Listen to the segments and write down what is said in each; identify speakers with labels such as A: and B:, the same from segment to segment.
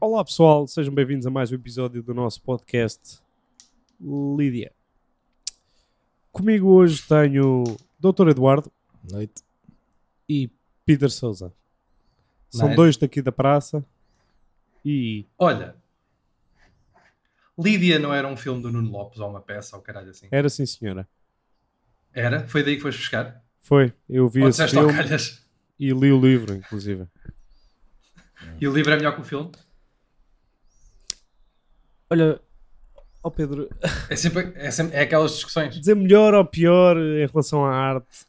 A: Olá pessoal, sejam bem-vindos a mais um episódio do nosso podcast Lídia. Comigo hoje tenho Dr. Eduardo
B: Noite.
A: e Peter Souza. São
B: Nice.
A: dois daqui da praça e
C: Olha, Lídia não era um filme do Nuno Lopes ou uma peça ou caralho assim?
A: era sim senhora.
C: Era? Foi daí que foste buscar?
A: Foi, eu vi
C: Ou
A: esse
C: disseste ao
A: filme
C: calhas?
A: e li o livro inclusive.
C: E o livro é melhor que o filme?
A: Olha, ó Pedro,
C: É sempre, é sempre- é aquelas discussões.
A: dizer melhor ou pior em relação à arte.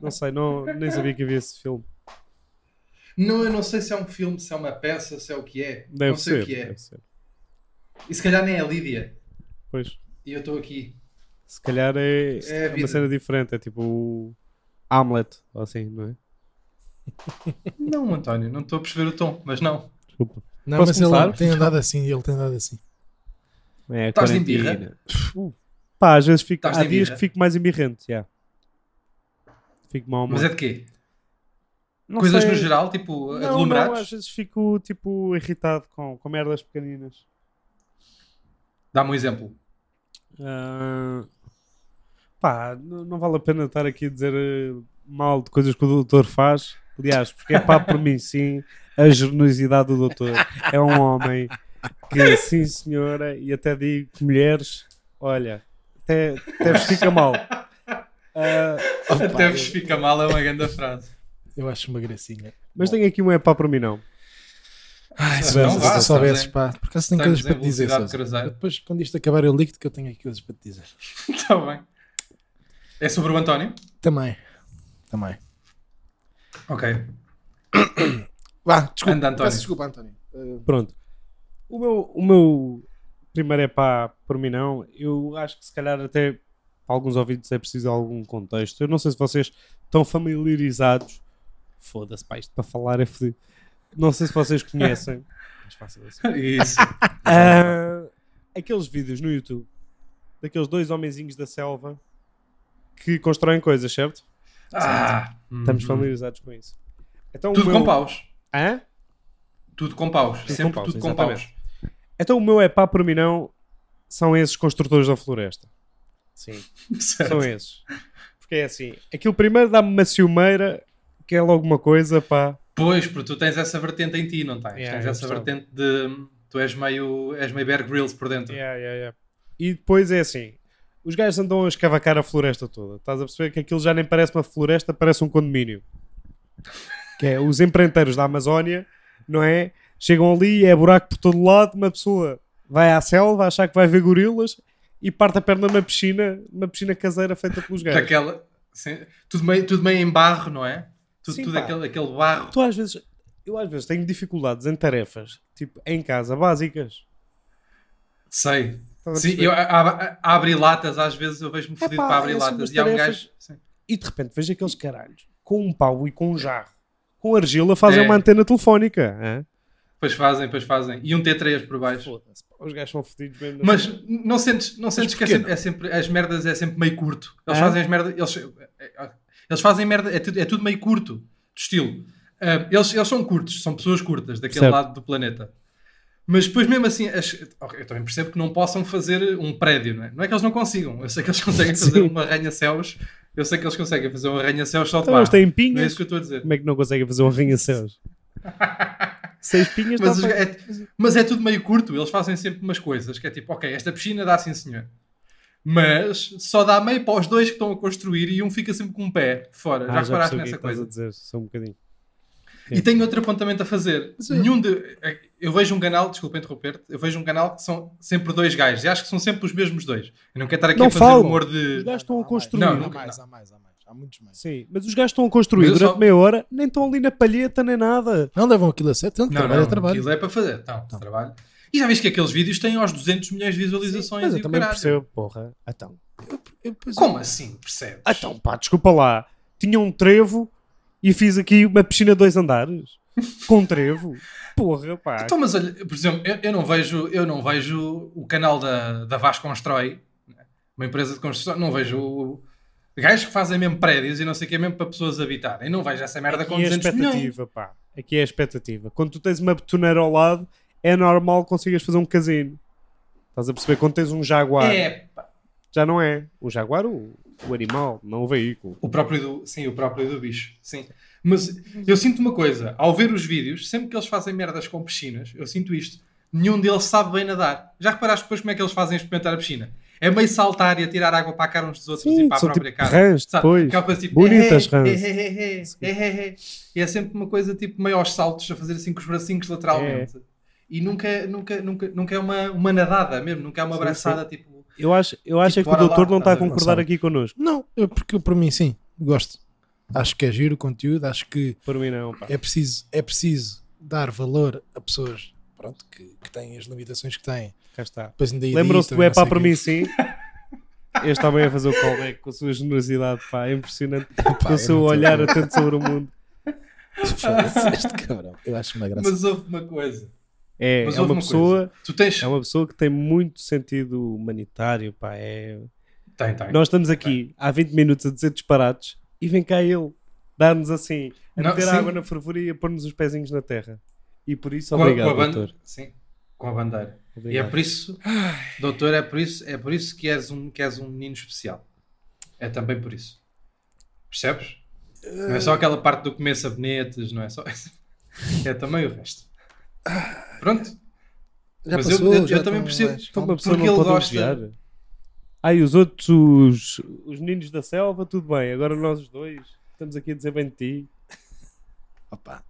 A: não sei, não, nem sabia que havia esse filme.
C: Não, eu não sei se é um filme, se é uma peça, se é o que é.
A: Deve
C: não sei
A: ser,
C: o que é.
A: deve ser.
C: E se calhar nem é a Lídia.
A: Pois.
C: E eu estou aqui.
A: Se calhar é,
C: É a
A: uma
C: vida.
A: cena diferente, é tipo o Hamlet, ou assim, não é?
C: Não, António, não estou a perceber o tom, mas não.
A: Desculpa.
B: Não,
A: Posso
B: mas
A: começar?
B: ele tem andado assim, ele tem andado assim.
A: É a
C: Estás de
A: quarentena.
C: embirra?
A: Uh, Pá, às vezes fico,
C: Estás
A: há
C: de
A: dias
C: embirra?
A: que fico mais embirrente, já. Fico mal
C: Mas é de quê?
A: Não
C: Coisas
A: sei.
C: no geral, tipo
A: Não, não, às
C: aglomerados?
A: vezes fico tipo irritado com, com merdas pequeninas.
C: Dá-me um exemplo.
A: Ah, Pá, n- não vale a pena estar aqui a dizer eh, mal de coisas que o doutor faz. Aliás, porque é pá por mim, sim, a generosidade do doutor. É um homem que, sim senhora, e até digo que mulheres, olha, até, até vos fica mal. Ah,
C: Até vos fica mal, é uma grande frase.
B: Eu acho uma gracinha.
A: mas tenho aqui um é pá por mim, não.
B: Ai, se
C: Não,
B: soubesses,
C: vá,
B: se soubesses,
C: estamos
B: pá. Por acaso tenho
C: estamos
B: coisas para
C: em
B: te dizer.
C: velocidade
B: Sousa.
C: de cruzeiro.
B: Depois, quando isto acabar, eu ligo-te que eu tenho aqui coisas para te dizer.
C: Está Tá bem. É sobre o António?
B: Também. Também.
C: Ok.
B: Vá, desculpa.
C: Anda, António.
B: Peço desculpa, António. Uh,
A: Pronto. O meu, o meu primeiro é pá por mim, não. Eu acho que se calhar até para alguns ouvintes é preciso algum contexto. Eu não sei se vocês estão familiarizados. Foda-se, pá, isto para falar é fodido. Não sei se vocês conhecem. mais fácil assim.
C: Isso.
A: Ah, aqueles vídeos no YouTube daqueles dois homenzinhos da selva que constroem coisas, certo?
C: Ah,
A: Estamos
C: uhum.
A: familiarizados com isso. Então,
C: Tudo
A: o meu...
C: com paus.
A: Hã?
C: Tudo com paus.
A: Tudo
C: Sempre
A: com paus,
C: tudo com
A: exatamente.
C: paus.
A: Então o meu é pá por mim não são esses construtores da floresta. Sim.
C: Certo.
A: São esses. Porque é assim, aquilo primeiro dá-me uma ciumeira que é logo uma coisa, pá.
C: Pois, porque tu tens essa vertente em ti, não tens?
A: Yeah, é
C: tens
A: eu
C: essa
A: gostava.
C: vertente de. Tu és meio, és meio Bear Grylls por dentro.
A: Yeah, yeah, yeah. E depois é assim, os gajos andam a escavacar a floresta toda. Estás a perceber que aquilo já nem parece uma floresta, parece um condomínio. Que é, os empreiteiros da Amazónia, não é? Chegam ali, é buraco por todo lado, uma pessoa vai à selva, achar que vai ver gorilas e parte a perna numa piscina, uma piscina caseira feita pelos gajos.
C: Daquela, sim, tudo, meio, tudo meio em barro, não é? Tudo,
A: Sim,
C: tudo
A: pá.
C: aquele, aquele barro.
A: Tu às vezes, eu às vezes tenho dificuldades em tarefas, tipo, em casa, básicas.
C: Sei.
A: Estás a
C: Sim,
A: perceber?
C: eu a, a, a abrir latas, às vezes eu vejo-me fodido
A: pá,
C: para abrir
A: essas
C: latas.
A: duas
C: E há um
A: tarefas-
C: gajo. sim.
A: E de repente vejo aqueles caralhos com um pau e com um jarro, com argila, fazem
C: É.
A: uma antena telefónica. hã?
C: Pois fazem, pois fazem. E um T3 por baixo.
A: Foda-se, pá, os gajos são fodidos mesmo.
C: Mas não sentes, não sentes que é
B: porquê
C: sempre, é sempre- as merdas é sempre meio curto. Eles
A: Hã?
C: fazem as merdas, eles, é, eles fazem merda, é tudo, é tudo meio curto, de estilo. Ah, eles, eles são curtos, são pessoas curtas daquele
A: Certo.
C: lado do planeta. Mas depois mesmo assim, as- ok, eu também percebo que não possam fazer um prédio, não é? Não é que eles não consigam, eu sei que eles conseguem fazer
A: Sim.
C: um arranha-céus, eu sei que eles conseguem fazer um arranha-céus só de
A: então eles
C: barro.
A: têm
C: Não é
A: pinhas,
C: isso que eu estou a dizer.
A: como é que não conseguem fazer um arranha-céus? Seis pinhas mas,
C: Mas,
A: tá
C: os- é, mas é tudo meio curto, eles fazem sempre umas coisas que é tipo, ok, esta piscina dá sim senhor. Mas só dá meio para os dois que estão a construir e um fica sempre com um pé de fora.
A: Ah,
C: já reparaste nessa
A: a
C: coisa?
A: dizer, só um bocadinho.
C: E tenho outro apontamento a fazer. Nenhum de. Eu vejo um canal, desculpa interromper-te, eu vejo um canal que são sempre dois gajos e acho que são sempre os mesmos dois. Eu não quero estar aqui
A: Não
C: a fazer
A: falam.
C: humor
A: Os
C: de.
A: gajos estão a construir.
B: Não,
C: Não,
B: não, há
C: não-
B: mais, há mais, há mais. Há muitos mais.
A: Sim, mas os gajos estão a construir
C: Mas eu
A: durante
C: só-
A: meia hora, nem estão ali na palheta nem nada.
B: Não levam aquilo a sério. Tanto
C: Não,
B: trabalho
C: não,
B: é trabalho.
C: aquilo é para fazer. Então,
B: Então.
C: trabalho. E já viste que aqueles vídeos têm aos 200 milhões de visualizações
A: Mas
C: e
A: eu
C: o
A: também
C: caralho.
A: percebo, porra. Então.
B: Eu, pois,
C: Como assim, percebes?
A: Então, pá, desculpa lá. Tinha um trevo e fiz aqui uma piscina de dois andares. Com um trevo. Porra, pá.
C: Então, mas olha, por exemplo, eu, eu não vejo, eu não vejo o canal da, da Vaz Constrói, uma empresa de construção, não vejo o- gajos que fazem mesmo prédios e não sei o que, mesmo para pessoas habitarem. Não vejo essa merda com
A: e a
C: 200 milhões.
A: é expectativa, pá. Aqui é a expectativa. Quando tu tens uma betoneira ao lado, é normal que consigas fazer um casino. Estás a perceber? Quando tens um jaguar,
C: É, pá,
A: já não é. O jaguar, o, o animal, não o veículo.
C: o próprio do, sim, o próprio do bicho, sim. Mas eu sinto uma coisa, ao ver os vídeos, sempre que eles fazem merdas com piscinas, eu sinto isto, nenhum deles sabe bem nadar. Já reparaste depois como é que eles fazem experimentar a piscina? É meio saltar e atirar água para a cara uns dos outros
A: Sim,
C: e para a
A: são
C: própria
A: tipo
C: cara.
A: rãs
C: Sabe?
A: depois.
C: Aquela coisa tipo,
A: Bonitas
C: "Eh, eh,
A: rãs."
C: eh, eh, eh, eh, eh, eh. E é sempre uma coisa tipo meio aos saltos, a fazer assim com os bracinhos lateralmente. E nunca, nunca, nunca, nunca é uma, uma nadada mesmo, nunca é uma
A: Sim,
C: abraçada tipo.
A: Eu acho, eu acho
C: Tipo,
A: é que
C: bora
A: o doutor
C: lá,
A: não está a
C: estás a ver?
A: concordar
B: Não
A: aqui connosco.
B: Não, eu- porque eu, para mim sim, gosto. Acho que é giro o conteúdo, acho que
A: Por mim não, pá.
B: é preciso, é preciso dar valor a pessoas pronto, que, que têm as limitações que têm.
A: Cá está.
B: Depois ainda
A: Lembram-se
B: editam
A: do
B: e
A: é
B: não sei
A: pá
B: o
A: para
B: quê.
A: mim sim? Este também a fazer o callback com a sua generosidade, pá. É impressionante.
B: Epá,
A: com o
B: eu
A: seu
B: não tô-
A: olhar atento sobre o mundo.
B: Foda-se, este cabrão. Eu acho uma graça.
C: Mas houve uma coisa.
A: É,
C: Mas
A: é
C: houve
A: uma
C: uma
A: pessoa...
C: coisa. Tu tens.
A: É uma pessoa que tem muito sentido humanitário, pá. É...
C: Tem, tem.
A: Nós estamos aqui há 20 minutos a dizer disparates e vem cá ele dar-nos assim, a
C: Não,
A: meter
C: sim.
A: água na fervura e a pôr-nos os pezinhos na terra. E por isso,
C: com, a-
A: obrigado,
C: com a bandeira.
A: doutor.
C: Sim, com a bandeira. E é
A: Obrigado.
C: por isso, doutor, é por isso, é por isso que, és um, que és um menino especial. É também por isso. Percebes? Não
A: Ah.
C: é só aquela parte do comer sabonetes, não é só essa. É também o resto. Pronto.
B: Já
C: Mas eu-
B: passou,
C: eu-
B: já
C: eu também
B: tô
C: percebo-
B: mais
A: Então
B: calmo.
A: uma pessoa
C: Porque
A: não
C: ele
A: pode
C: gosta-
A: odiar. Ah, e os outros, os, os meninos da selva, tudo bem. Agora nós os dois estamos aqui a dizer bem de ti.
B: Opa,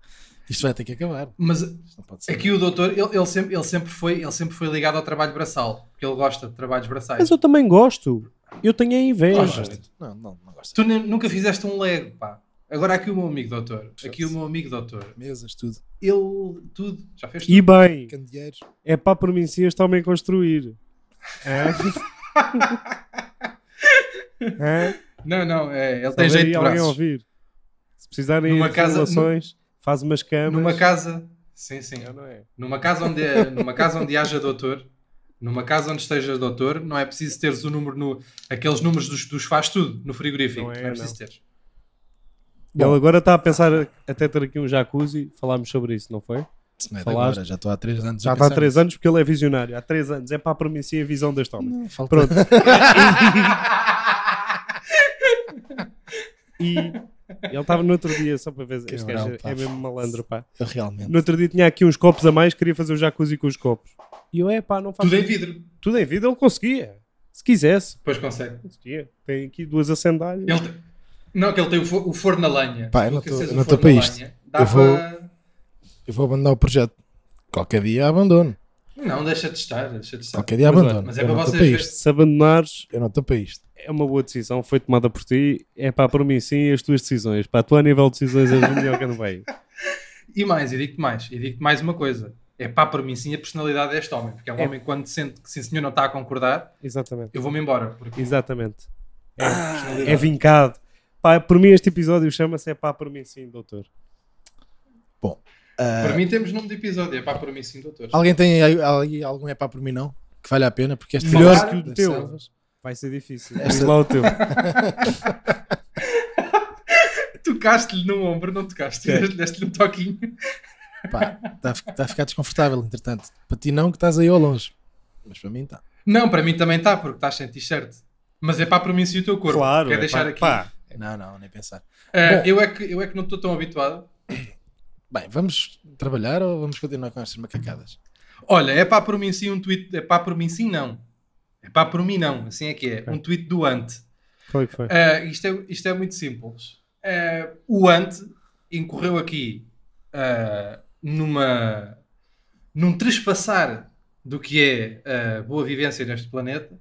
B: isto vai ter que acabar.
C: Mas
B: Isto não pode ser.
C: aqui o doutor, ele, ele sempre, ele, sempre foi, ele sempre foi ligado ao trabalho braçal. Porque ele gosta de trabalhos braçais.
A: Mas eu também gosto. Eu tenho a
B: não
A: inveja.
B: gosto. Não, não, não gosto.
C: Tu nem- nunca fizeste um Lego, pá. Agora aqui o meu amigo doutor. Aqui o meu amigo doutor.
B: Mesas, tudo.
C: Ele, tudo, já fez tudo.
A: E bem,
B: Candeeiros.
A: é pá por mim se este homem construir. É? Hã? Hã?
C: Não, não, é, ele
A: Se
C: tem
A: houver
C: jeito
A: aí
C: de
A: alguém a
C: braços.
A: ouvir. Se precisarem
C: Numa
A: de
C: casa-
A: relações, faz umas camas.
C: Numa casa, sim, sim.
A: Não, não é?
C: Numa casa onde, numa casa onde haja doutor, numa casa onde estejas doutor, não é preciso teres o número no, aqueles números dos, dos faz tudo no frigorífico.
A: Não
C: Não
A: é,
C: é, preciso teres.
A: Ele agora está a pensar até ter aqui um jacuzzi. Falámos sobre isso, não foi?
B: Se não é de
A: Falaste.
B: agora, já estou há 3 anos.
A: Já
B: a
A: está há
B: pensar
A: 3 anos porque ele é visionário. Há 3 anos. É pá por mim se a visão deste homem.
B: nisso. Não, falta.
A: Pronto. E ele estava no outro dia, só para ver, este
B: Cabrão,
A: gajo
B: pá.
A: é mesmo malandro, pá.
B: Eu realmente.
A: No outro dia tinha aqui uns copos a mais, queria fazer o jacuzzi com os copos. E eu, é pá, não faço
C: Tudo em vidro.
A: Tudo em vida ele conseguia. Se quisesse,
C: Depois consegue.
A: conseguia. Tem aqui duas acendalhas.
C: Ele tem- não, que ele tem o, fo- o forno na lenha.
B: Pá, eu não
C: Se tu
B: tô-
C: aqueceres
B: eu
C: o
B: não tô
C: forno
B: para
C: na
B: isto.
C: lenha,
B: Eu
C: Dá
B: vou-
C: para...
B: Eu vou abandonar o projeto. Qualquer dia abandono.
C: Não, deixa de estar, deixa de estar.
B: Qualquer dia
A: Mas olha,
B: abandono.
C: mas é
B: eu
C: para
B: não estou
C: vocês
B: para
C: verem.
B: isto.
A: Se abandonares,
B: Eu não estou para isto.
A: é uma boa decisão. Foi tomada por ti. É pá, por mim sim, as tuas decisões. Pá, tu a nível de decisões és o melhor que eu não veio.
C: E mais, e digo-te mais, e digo-te mais uma coisa. É pá, para mim sim, a personalidade deste homem. Porque é um
A: É.
C: homem que quando sente que sim senhor não está a concordar,
A: Exatamente.
C: eu vou-me embora. Porque
A: Exatamente.
C: personalidade-
A: É vincado. Pá, por mim este episódio chama-se É pá, por mim sim, doutor.
B: Ah.
C: Para mim temos nome de episódio, é pá, para mim sim, doutor.
B: Alguém tem aí, aí algum é para por mim não? Que vale a pena, porque este
A: Melhor
B: falar
A: que o
B: das
A: teu.
B: selvas-
A: Vai ser difícil.
B: Esta-
A: Diz lá o teu.
C: Tocaste-lhe no ombro, não tocaste,
A: É.
C: deste- deste-lhe um toquinho.
B: Pá, está a fi- está a ficar desconfortável, entretanto. Para ti não, que estás aí ao longe. Mas para mim tá. está.
C: Não, para mim também está, porque estás sem t-shirt. Mas é pá, para mim sim o teu corpo.
A: Claro.
C: Quer
A: é
C: deixar
A: pá,
C: aqui.
A: pá.
B: Não, não, nem pensar.
C: Ah,
B: Bom.
C: eu, é que, eu é que não estou tão habituado.
B: Bem, vamos trabalhar ou vamos continuar com estas macacadas?
C: Olha, é pá, para mim sim um tweet. É pá, para mim sim não. É pá, para mim não. Assim é que é.
A: Ok.
C: Um tweet do Ante.
A: Qual é que foi?
C: Ah, isto, é, isto é muito simples. Ah, o Ante incorreu aqui ah, numa num trespassar do que é a boa vivência neste planeta,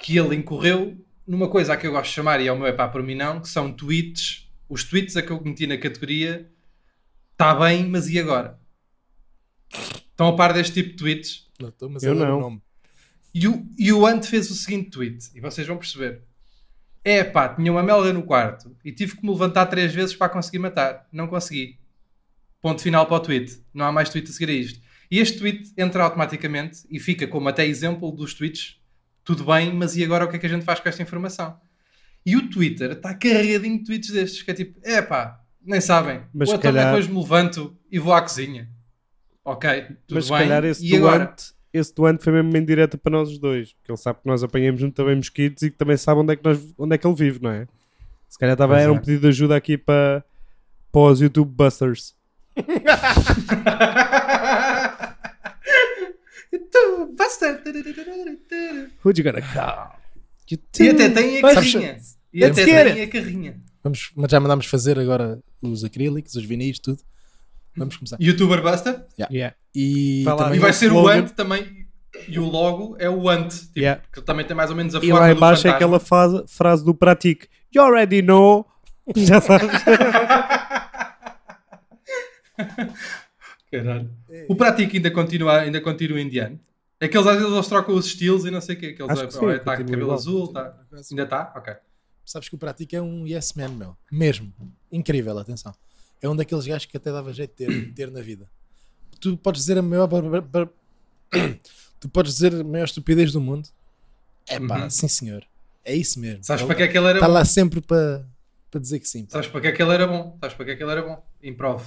C: que ele incorreu numa coisa a que eu gosto de chamar, e é o meu é pá por mim não, que são tweets, os tweets a que eu meti na categoria está bem, mas e agora? Estão a par deste tipo de tweets?
B: Não estou, mas
A: Eu
B: adoro
A: não.
B: o nome.
C: E o, e o Ant fez o seguinte tweet, e vocês vão perceber. É pá, tinha uma melga no quarto e tive que me levantar três vezes para a conseguir matar. Não consegui. Ponto final para o tweet. Não há mais tweet a seguir a isto. E este tweet entra automaticamente e fica como até exemplo dos tweets. Tudo bem, mas e agora o que é que a gente faz com esta informação? E o Twitter está carregadinho de tweets destes, que é tipo, é pá, nem sabem.
A: Mas
C: Ou
A: se
C: então
A: calhar-
C: depois me levanto e vou à cozinha. Ok, tudo
A: Mas se
C: bem.
A: calhar esse
C: e agora?
A: doante, esse doante foi mesmo em direta para nós os dois, porque ele sabe que nós apanhamos muito também mosquitos e que também sabe onde é que, nós, onde é que ele vive, não é? Se calhar estava,
B: Pois
A: era
B: é.
A: um pedido de ajuda aqui para, para os YouTube Busters.
C: Tu, basta.
A: Who you gonna call?
C: E até tem a
B: Sabes-
A: é
C: carrinha. E até
B: Let's
C: tem a carrinha.
B: Vamos, mas já mandámos fazer agora os acrílicos, os vinis, tudo. Vamos começar.
C: Youtuber Buster.
A: Yeah.
B: E
A: Vai lá.
B: também
C: E
A: Tem
C: vai
A: um
C: ser o
A: slogan.
C: Ant também. E o logo é o Ant. Tipo,
A: Yeah.
C: Que também tem mais ou menos a
A: E
C: forma
A: lá
C: do
A: embaixo é
C: fantasma.
A: aquela fase- frase do Pratique. You already know. Já sabes.
C: Caralho. O Pratic ainda continua, ainda continua indiano. É que eles às vezes eles trocam os estilos e não sei o quê. Que eles,
A: Acho que sim,
C: olha, tá com
A: continua
C: cabelo
A: igual.
C: azul, tá. Ainda está? Ok.
B: Sabes que o Prático é um yes man, meu. Mesmo. Incrível, atenção. É um daqueles gajos que até dava jeito de ter, ter na vida. Tu podes dizer a maior... bar- bar- bar- tu podes dizer a maior estupidez do mundo. É pá,
C: Uhum.
B: sim senhor. É isso mesmo.
C: Sabes
B: Ele
C: para que é que ele era
B: Está
A: Tá
C: bom?
B: lá sempre para para dizer que sim. pá.
C: Sabes para que é que ele era bom? Sabes para que é que ele era bom? Improv.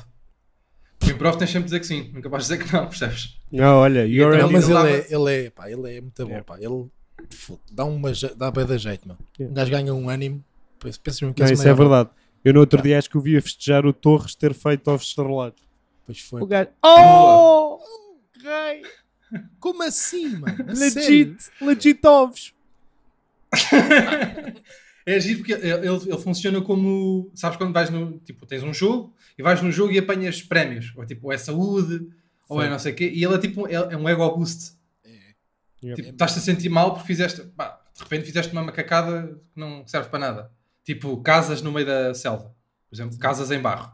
C: O improv tens sempre de dizer que sim, nunca vais dizer que não, percebes?
A: Não, olha, you
B: Não,
C: Então,
A: already
B: mas
C: Ele
B: ele
C: dava-
B: é, ele é, pá, ele é muito bom,
A: Yeah.
B: pá. Ele fu- dá uma je- dá bem da jeito, mano.
A: Yeah.
B: Um gajo ganha um ânimo. pois Pensa mesmo que
A: Não,
B: és
A: isso é
B: maior.
A: verdade. Eu no outro dia acho que o vi a festejar o Torres ter feito ovos estrelados.
B: Pois foi.
A: O gajo. Oh! Rei!
B: Como assim, mano? A sério?
A: Legit! Legit ovos!
C: É giro porque ele, ele- ele funciona como. Sabes quando vais no. Tipo, tens um jogo e vais no jogo e apanhas prémios. Ou tipo, ou é saúde, ou é não sei o quê. E ele é tipo. É, é um ego boost.
B: É.
C: Tipo, estás-te a sentir mal porque fizeste. pá, de repente fizeste uma macacada que não serve para nada. Tipo, casas no meio da selva. Por exemplo, casas em barro.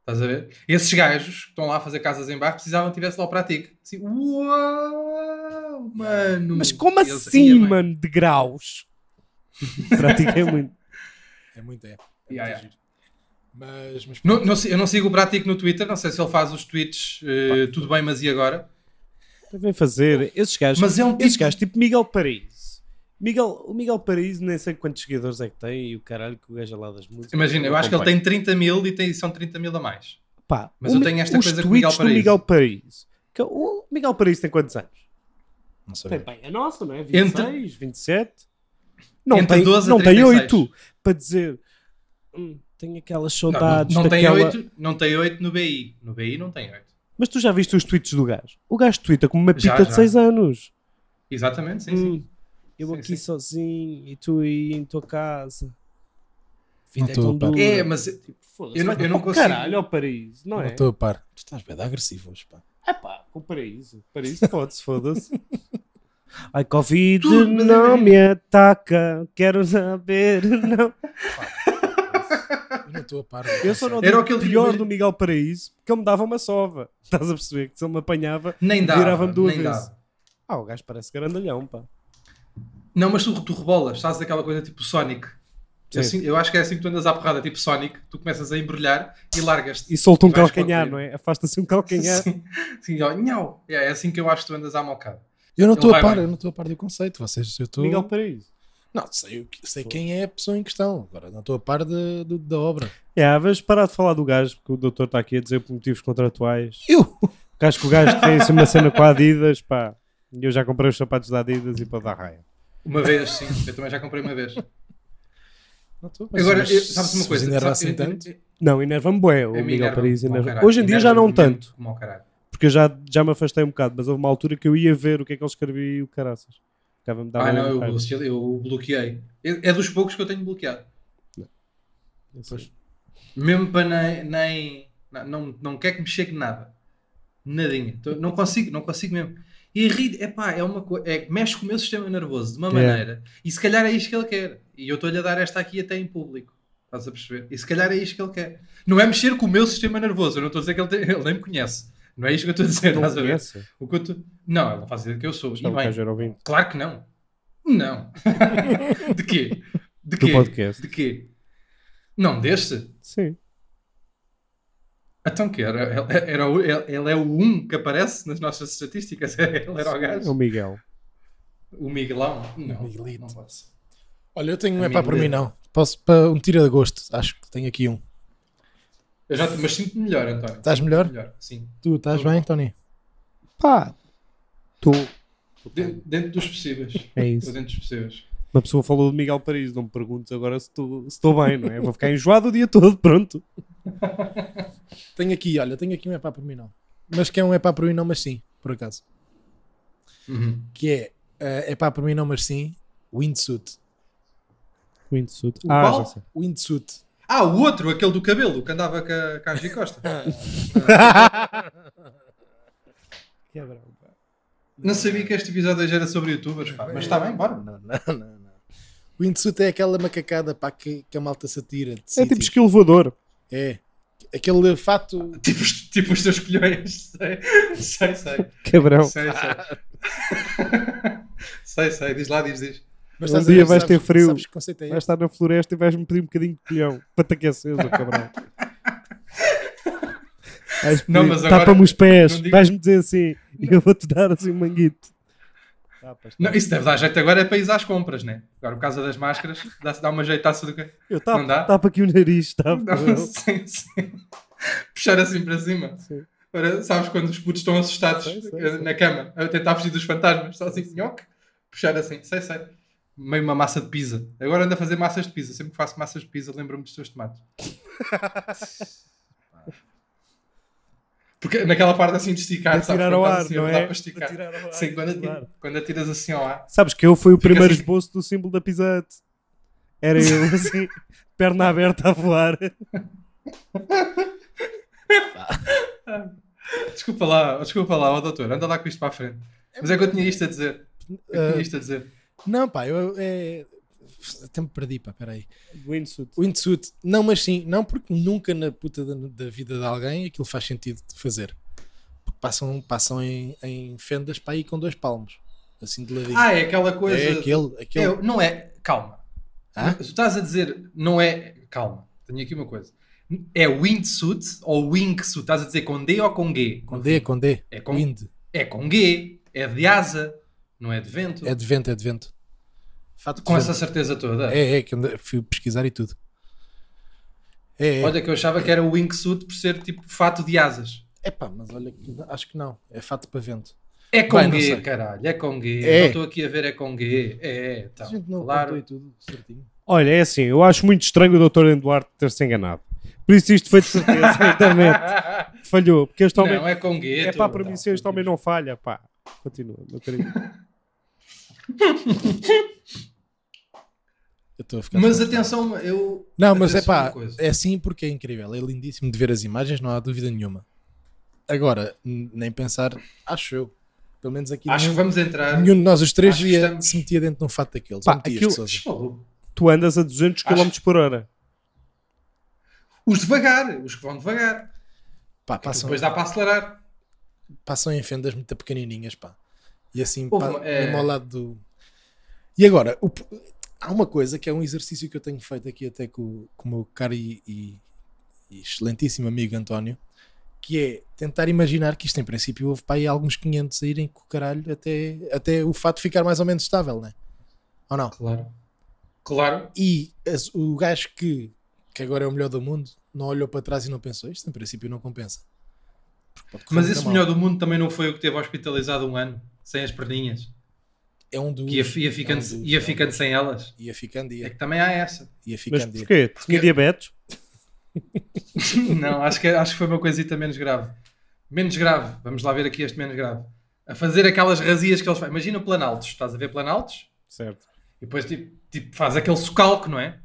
C: Estás a ver? Esses gajos que estão lá a fazer casas em barro precisavam que tivesse lá o pratico. Assim, uau, mano.
A: Mas como
C: E eles- Hum, Ia
A: assim,
C: bem.
A: mano, de graus? Pratiquei muito.
B: É muito, é. é muito
C: Yeah, yeah.
B: giro. Mas, mas
C: Não- não sei- eu não sigo o Prático no Twitter, não sei se ele faz os tweets eh, tudo bem, mas e agora?
A: Devem fazer. Esses gajos.
C: Mas é um
A: esses
C: tipo-
A: gajos, tipo Miguel Paraíso. Miguel, o Miguel Paraíso, nem sei quantos seguidores é que tem e o caralho que o gajo é lá das músicas.
C: Imagina, eu acho que ele tem 30 mil e tem- são 30 mil a mais.
A: Pá,
C: Mas
A: o
C: eu
A: Mi-
C: tenho esta
A: os
C: coisa com o Miguel
A: tweets do
C: Paraíso.
A: Miguel Paraíso. Que O Miguel Paraíso tem quantos anos?
B: não
A: Tem
B: sabia.
A: bem a nossa, não é? 26,
C: Entre-
A: 27. Não
C: Entre
A: tem,
C: 12 a
A: não tem
C: 36.
A: 8 para dizer. "Hum, tenho aquelas
C: Não, não,
A: saudades.
C: não tem
A: tá daquela...
C: 8, não tem 8 no BI. No BI não tem 8.
A: Mas tu já viste os tweets do gajo? O gajo twitta como uma pita
C: Já,
A: de
C: já.
A: 6 anos.
C: Exatamente, sim, sim.
A: Hum, eu
C: Sim,
A: aqui
C: sim.
A: sozinho e tu aí em tua casa.
B: Não
A: Vida é
B: tô,
A: tão
B: pá.
A: dura.
C: É, mas
A: Tipo, foda-se,
C: eu não-
A: vai
C: eu não
A: para o
C: consigo-
A: Caralho, ao paraíso, não
B: Não
A: é?
B: estou a par. Tu estás bem agressivo hoje, pá.
A: É pá, com o paraíso. Paraíso pode-se, foda-se. Ai, Covid
C: Tudo, mas
A: não
C: é-
A: me ataca. Quero saber, não.
B: Eu não estou a par.
A: Eu só não
C: Era
A: digo
C: aquele tipo
A: pior
C: de-
A: do Miguel Paraíso, porque ele me dava uma sova. Estás a perceber? Que se ele me apanhava,
C: nem dá.
A: virava-me do
C: Nem
A: avesso.
C: dá.
A: Ah, o gajo parece grandalhão, pá.
C: Não, mas tu, tu rebolas, estás aquela coisa tipo Sonic.
A: Sim.
C: Assim, eu acho que é assim que tu andas à porrada, tipo Sonic, tu começas a embrulhar e largas-te.
A: E solta um
C: Vais
A: calcanhar,
C: contigo.
A: não é? Afasta-se um calcanhar.
C: Sim, sim, ó, nhau. É, é assim que eu acho que tu andas à mocada.
B: Eu não
C: Ele
B: estou a
C: vai
B: par,
C: bem.
B: eu não estou a par do conceito. Vocês, eu estou.
A: Miguel Paraíso.
B: Não, sei, o que- sei quem é a pessoa em questão. Agora não estou a par de- do- da obra.
A: É, vamos parar de falar do gajo, porque o doutor está aqui a dizer por motivos contratuais.
B: Eu!
A: Porque acho que o gajo tem assim uma cena com a Adidas, pá. E eu já comprei os sapatos da Adidas e para dar raia.
C: Uma vez, sim. Eu também já comprei uma vez.
B: Não estou a par.
C: Agora,
B: Mas
C: eu- sabes uma
B: se
C: coisa?
B: vos enerva
C: Sabe-
B: assim tanto?
C: eu- eu-
A: Não, enerva-me bué, o
C: a mim
A: Miguel
C: enerva-me
A: Paraíso.
C: como ao
A: enerva-
C: caralho.
A: é Hoje em dia já
C: Enerva-me
A: não
C: mesmo
A: tanto,
C: como ao caralho.
A: porque eu já, já me afastei um bocado, mas houve uma altura que eu ia ver o que é que ele escrevia e o caraças. Ficava-me dava
C: Ah,
A: um
C: não, eu,
A: raiva.
C: eu- eu bloqueei. É é dos poucos que eu tenho bloqueado. Mesmo para nem. nem não, não, não quer que me chegue nada. Nadinha. Tô- Não consigo, não consigo mesmo. E rir, epá, é uma coisa. É, que mexe com o meu sistema nervoso de uma
A: É.
C: maneira. E se calhar é isto que ele quer. E eu estou-lhe a dar esta aqui até em público. Estás a perceber? E se calhar é isto que ele quer. Não é mexer com o meu sistema nervoso. Eu não estou a dizer que ele, tem- ele nem me conhece. Não é isto que eu estou a dizer.
A: Não
C: estás a ver?
A: conhece?
C: O que eu tô- Não, ele não faz ideia do que eu sou. E
A: Estava
C: bem,
A: cá já era ouvinte
C: Claro que não. Não. de quê? De
A: do
C: quê?
A: podcast.
C: De quê? Não, deste?
A: Sim.
C: Então que era, ele, era o- ele- ele é o um que aparece nas nossas estatísticas. Ele era o
A: É o
C: gajo.
A: Miguel.
C: O Miguelão? Não,
B: Miguelito.
C: não pode ser.
B: Olha, eu tenho um
C: A
B: é pá
C: mim
B: para mim,
C: mesmo.
B: não. Posso para um tira de gosto. Acho que tenho aqui um.
C: Eu já, mas sinto-me melhor, António.
B: Estás melhor?
C: Melhor, sim.
B: Tu estás
C: Tô.
B: bem, Tony?
A: Pá, tu.
C: De- dentro dos possíveis.
A: É
C: Estou
A: isso.
C: dentro dos possíveis.
A: Uma pessoa falou de Miguel Paris, não me perguntes agora se estou se estou bem, não é? Vou ficar enjoado o dia todo, pronto.
B: Tenho aqui, olha, tenho aqui um epá por mim não. Mas que é um epá por mim não, mas sim, por acaso.
C: Uhum.
B: Que é eh, epá por mim não, mas sim, windsuit.
A: Windsuit.
C: O
A: Ah,
C: qual?
A: já sei.
B: Windsuit.
C: Ah, o outro, aquele do cabelo, que andava com a, com a Angie Costa.
A: É
C: Não sabia que este episódio já era sobre youtubers, pá. Mas está bem, bora.
B: Não, não, não, não. Windsuit é aquela macacada pá, que, que a malta se atira de
A: É
B: sítios.
A: tipo esquilo voador.
B: É. Aquele fato
C: Tipo, os- tipo os teus colhões. Sei, sei, sei.
A: Cabrão.
C: Sei, sei. sei, sei. Diz lá, diz, diz.
B: Mas
A: Um
B: estás a
A: dia
B: ver,
A: vais
B: sabes-
A: ter frio.
B: Sabes que conceito é
A: Vais
B: este?
A: estar na floresta e vais-me pedir um bocadinho de colhão para te aqueceres, ó cabrão. Vais
C: Não,
A: pedir,
C: mas agora-
A: Tapa-me os pés,
C: não digo-
A: vais-me dizer assim e eu vou-te dar assim um manguito.
C: Não, isso deve dar jeito agora é para ir às compras, né? Agora, por causa das máscaras, dá-se dá uma jeitaça do que.
A: Eu
C: Não
A: tapo,
C: dá?
A: tapo aqui o nariz, tapo.
C: Dá
A: eu.
C: sim, sim. Puxar assim para cima.
A: Sim.
C: Agora, sabes quando os putos estão assustados
A: Sei, sei,
C: eh,
A: sei.
C: na cama, a tentar fugir dos fantasmas, só assim, nhoque, puxar assim, sei, sei. Meio uma massa de pizza. Agora ando a fazer massas de pizza. Sempre que faço massas de pizza, lembro-me dos teus tomates. Porque naquela parte assim de esticar,
A: De tirar
C: quando
A: ao
C: estás
A: ar,
C: assim,
A: não
C: dá
A: é?
C: para esticar.
A: De tirar ao ar,
C: Sim, quando, ati-
A: claro.
C: quando atiras assim ao ar.
A: Sabes que eu fui o
C: Fica
A: primeiro
C: assim.
A: esboço do símbolo da Pizza Hut. Era eu assim, perna aberta a voar.
C: Desculpa lá, desculpa lá, ó doutor, anda lá com isto para a frente. Mas é que eu tinha isto a dizer. Eu
B: Ah,
A: Eh,
C: tinha isto a dizer.
B: Não, pá, eu é... Até me perdi, pá, peraí.
A: Windsuit.
B: Windsuit, não, mas sim, não porque nunca na puta da, da vida de alguém aquilo faz sentido de fazer. Porque passam, passam em, em fendas para aí com dois palmos, assim de ladinho.
C: Ah, é aquela coisa.
B: é aquele, aquele.
C: Eu- não é. Calma.
B: Hã?
C: Tu estás a dizer, não é. Calma, tenho aqui uma coisa. É windsuit ou wingsuit? Estás a dizer com D ou com G?
B: Com D, com D.
C: É com,
B: Wind.
C: é com G, é de asa, não é de vento.
B: É de vento, é de vento. Fato de
C: com
B: vento.
C: essa certeza toda.
B: É, é, que eu fui pesquisar e tudo. É, é.
C: Olha, que eu achava que era o wingsuit por ser tipo fato de asas.
B: Epá, mas olha, que- acho que não. É fato para vento.
C: É com
B: Bem, não
C: G,
B: sei.
C: caralho, é com G.
B: É.
C: Não estou aqui a ver, é com G. É, é, então.
B: a gente não
C: claro.
B: contou e tudo certinho.
A: Olha, é assim, eu acho muito estranho o Dr. Eduardo ter se enganado. Por isso isto foi de certeza, certamente. Falhou, porque este homem
C: não, é com G.
A: É,
C: tu-
A: pá,
C: não,
A: para mim, se este homem não falha, pá. Continua, meu querido.
B: Eu estou a ficar.
C: Mas
B: desconfiado.
C: atenção, eu.
B: Não, mas é
C: atenção a uma
B: pá,
C: coisa.
B: é assim porque é incrível. É lindíssimo de ver as imagens, não há dúvida nenhuma. Agora, n- nem pensar, acho eu. Pelo menos aqui
C: Acho que
B: nenhum,
C: vamos entrar.
B: nenhum de nós os três
C: acho que
B: via-
C: estamos-
B: se metia dentro de um fato daqueles.
A: Pá,
B: Não metias,
A: aquilo-
B: Sousa.
C: Desmaluco.
A: Tu andas a 200
C: Acho-
A: km por hora.
C: Os devagar, os que vão devagar.
B: Pá, um-
C: que
B: passam,
C: Depois dá para acelerar.
B: passam em fendas muito pequenininhas, pá. E assim,
C: Houve
B: pá,
C: uma- é-
B: mesmo ao lado do. E agora, o p- há uma coisa que é um exercício que eu tenho feito aqui até com, o- com o meu caro e, e- e excelentíssimo amigo António, que é tentar imaginar que isto, em princípio, houve pá, aí alguns 500 a irem com o caralho até, até o fato ficar mais ou menos estável, né? Ou não?
C: Claro. Claro.
B: E as- o gajo que, que agora é o melhor do mundo não olhou para trás e não pensou isto, em princípio, não compensa. Porque pode correr
C: Mas
B: muito
C: esse
B: mal.
C: melhor do mundo também não foi o que teve hospitalizado um ano, sem as perninhas.
B: é um dos.
C: Que ia, ia ficando,
B: é um dos-
C: ia
B: é um
C: ficando
B: dos.
C: sem elas.
B: Ia ficando,
C: É
B: ia,
C: que também há essa.
B: ia
A: Mas
B: ficando. ia-
A: porquê? Tinha diabetes?
C: Não, acho que, acho que foi uma coisita menos grave. Menos grave, vamos lá ver aqui este menos grave. A fazer aquelas razias que eles fazem. Imagina planaltos, estás a ver planaltos?
A: Certo.
C: E depois tipo, tipo, faz aquele socalco, não é?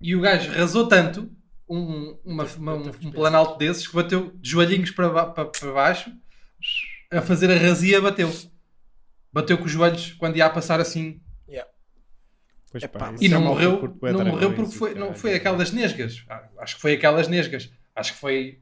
C: E o gajo rasou tanto um, uma- uma- um, um planalto desses que bateu de joelhinhos para, ba- para- para baixo a fazer a razia bateu. Bateu com os joelhos quando ia a passar assim.
A: Pois
B: Epá,
A: pá,
B: mas-
A: isso
C: E
A: é
C: não
A: malta que
C: morreu,
A: curte bué
C: não
A: dragões
C: morreu porque
A: e
C: foi, não,
A: caralho.
C: foi aquelas nesgas. Ah, Acho que foi aquelas nesgas. Acho que foi.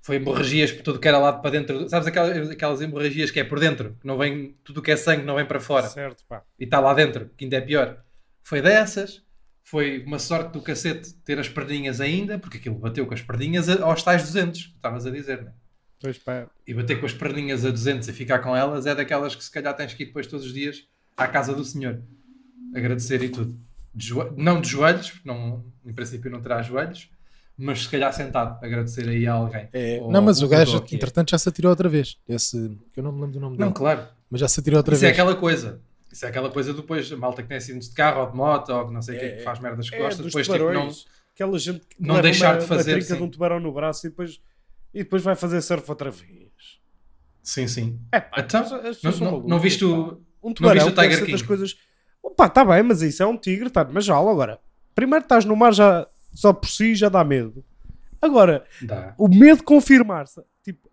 C: Foi hemorragias por tudo que era lado para dentro. Sabes aquelas, aquelas hemorragias que é por dentro? Que não vem, tudo o que é sangue não vem para fora
A: Certo, pá.
C: e está lá dentro, que ainda é pior. Foi dessas, foi uma sorte do cacete ter as perninhas ainda, porque aquilo bateu com as perninhas a- aos tais 200, que estavas a dizer, né?
A: Pois pá.
C: E bater com as perninhas a 200 e ficar com elas é daquelas que se calhar tens que ir depois todos os dias à casa do senhor agradecer e tudo. De joel- Não de joelhos, porque não, em princípio não terá joelhos, mas se calhar sentado, agradecer aí a alguém.
B: É,
C: Ou
B: não, mas o
C: um
B: gajo,
C: tutor, que é.
B: entretanto, já se atirou outra vez. Esse, que eu não me lembro do nome
C: Não,
B: dele,
C: claro.
B: mas já se atirou outra
C: Isso é
B: vez.
C: aquela coisa. Isso é aquela coisa depois, a malta que tem acidentes de carro ou de moto ou que não sei o
B: É,
C: que, que faz merdas que
A: É,
C: gosta,
A: dos
C: depois tipo, não,
A: tubarões. Aquela gente que
C: não
A: leva
C: deixar
A: uma,
C: de fazer,
A: uma trinca de
C: sim.
A: um tubarão no braço e depois, e depois vai fazer surf outra vez.
C: Sim, sim.
A: É pá,
C: Então,
A: as- as
C: Não,
A: pessoas são
C: não,
A: malucas,
C: não viste
A: pá.
C: o.
A: Um tubarão
C: viste o
A: deve
C: Tiger
A: ser das
C: King?
A: coisas... Opa, está bem, mas isso é um tigre, está numa jaula agora. Primeiro estás no mar já, só por si já dá medo. Agora,
C: Dá.
A: o medo de confirmar-se, tipo,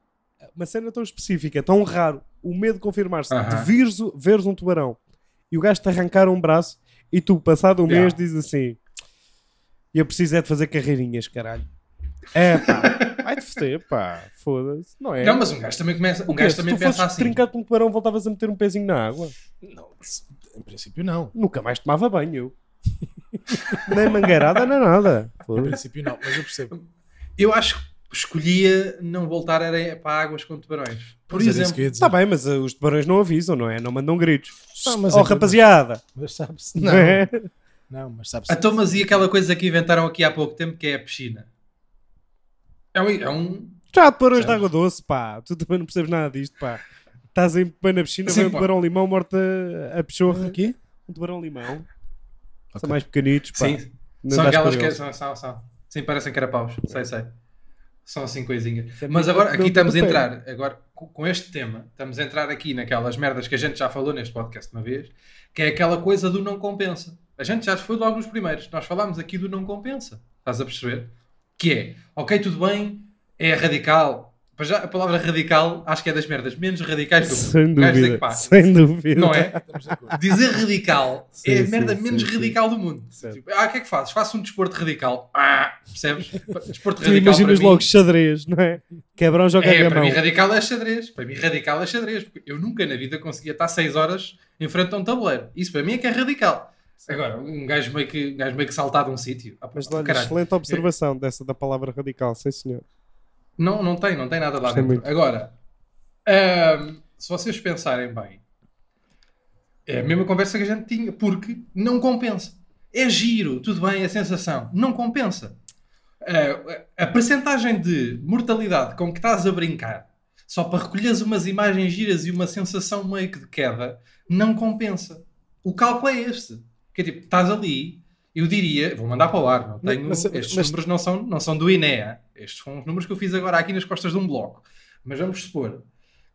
A: uma cena tão específica, tão raro, o medo de confirmar-se,
C: Aham.
A: de vires, o- veres um tubarão e o gajo te arrancar um braço e tu, passado um
C: Yeah.
A: mês, dizes assim: Eu preciso é de fazer carreirinhas, caralho. É pá, vai-te foder, pá, foda-se, não é?
C: Não, mas um gajo também começa.
A: O
C: Um
A: quê?
C: gajo
A: Se
C: também
A: tu fosses
C: pensa assim.
A: trincar com um tubarão, voltavas a meter um pezinho na água.
B: Não, se- em princípio não.
A: Nunca mais tomava banho, eu. nem mangueirada, nem nada.
B: Em
A: Foda-se.
B: princípio não, mas eu percebo.
C: Eu acho que escolhia não voltar era para águas com tubarões. Por
B: Mas era isso
C: exemplo, tá
B: que eu ia dizer.
A: Está bem, mas uh, os tubarões não avisam, não é? Não mandam gritos.
B: Não, mas
A: oh,
B: é-
A: rapaziada!
B: Mas sabe-se,
A: Não.
B: não.
A: é?
B: Não, mas sabe-se.
C: a Thomas então, e aquela coisa que inventaram aqui há pouco tempo que é a piscina. É um. É um
A: Já há tubarões de
C: Sabes?
A: água doce, pá. Tu também não percebes nada disto, pá. Estás em pé na piscina,
C: Sim,
A: vem um
C: pá.
A: tubarão limão, morta a pechorra.
B: Aqui?
A: Um tubarão limão.
B: Ok.
A: São mais pequenitos, pá.
C: sim,
A: Não
C: são
A: dás
C: aquelas que
A: curioso.
C: são, são, são. Sim, parecem carapaus. Sei, sei. São assim coisinhas.
A: Isso é
C: Mas
A: muito
C: agora
A: meu
C: aqui estamos a
A: papel.
C: entrar, agora co- com este tema, estamos a entrar aqui naquelas merdas que a gente já falou neste podcast uma vez, que é aquela coisa do não compensa. A gente já foi logo nos primeiros. Nós falámos aqui do não compensa. Estás a perceber? Que é, ok, tudo bem, é radical. Para já, a palavra radical acho que é das merdas menos radicais do mundo.
A: Sem
C: O gajo é- dizer que
A: dúvida.
C: pá,
A: Sem dúvida.
C: Não é?
B: Estamos de acordo.
C: Dizer radical
A: Sim,
C: é a
A: sim,
C: merda
A: sim,
C: menos
A: sim.
C: radical do mundo.
A: Certo.
C: Tipo, ah, o que é que fazes? Faço um desporto radical. Ah, percebes? Desporto
A: Tu
C: radical para
A: imaginas
C: mim-
A: logo xadrez, não é? Quebrão joga
C: é, para
A: gamão.
C: mim radical é xadrez. Para mim radical é xadrez. Porque eu nunca na vida conseguia estar 6 horas em frente a um tabuleiro. Isso para mim é que é radical. Agora, um gajo meio que, um gajo meio que saltado um sítio. Ah, pá,
A: Mas olha,
C: caralho.
A: excelente observação dessa da palavra radical, sim senhor.
C: Não, não tem, não tem nada lá
A: Gostei
C: dentro.
A: muito.
C: Agora, ahm, se vocês pensarem bem, é a mesma conversa que a gente tinha, porque não compensa. É giro, tudo bem, é sensação. Não compensa. Ah, a percentagem de mortalidade com que estás a brincar, só para recolheres umas imagens giras e uma sensação meio que de queda, não compensa. O cálculo é este. Que é tipo, estás ali, eu diria, vou mandar para o ar, não
B: Mas-
C: tenho,
B: mas-
C: estes
B: mas-
C: números não são, não são do INEA, estes são os números que eu fiz agora aqui nas costas de um bloco. Mas vamos supor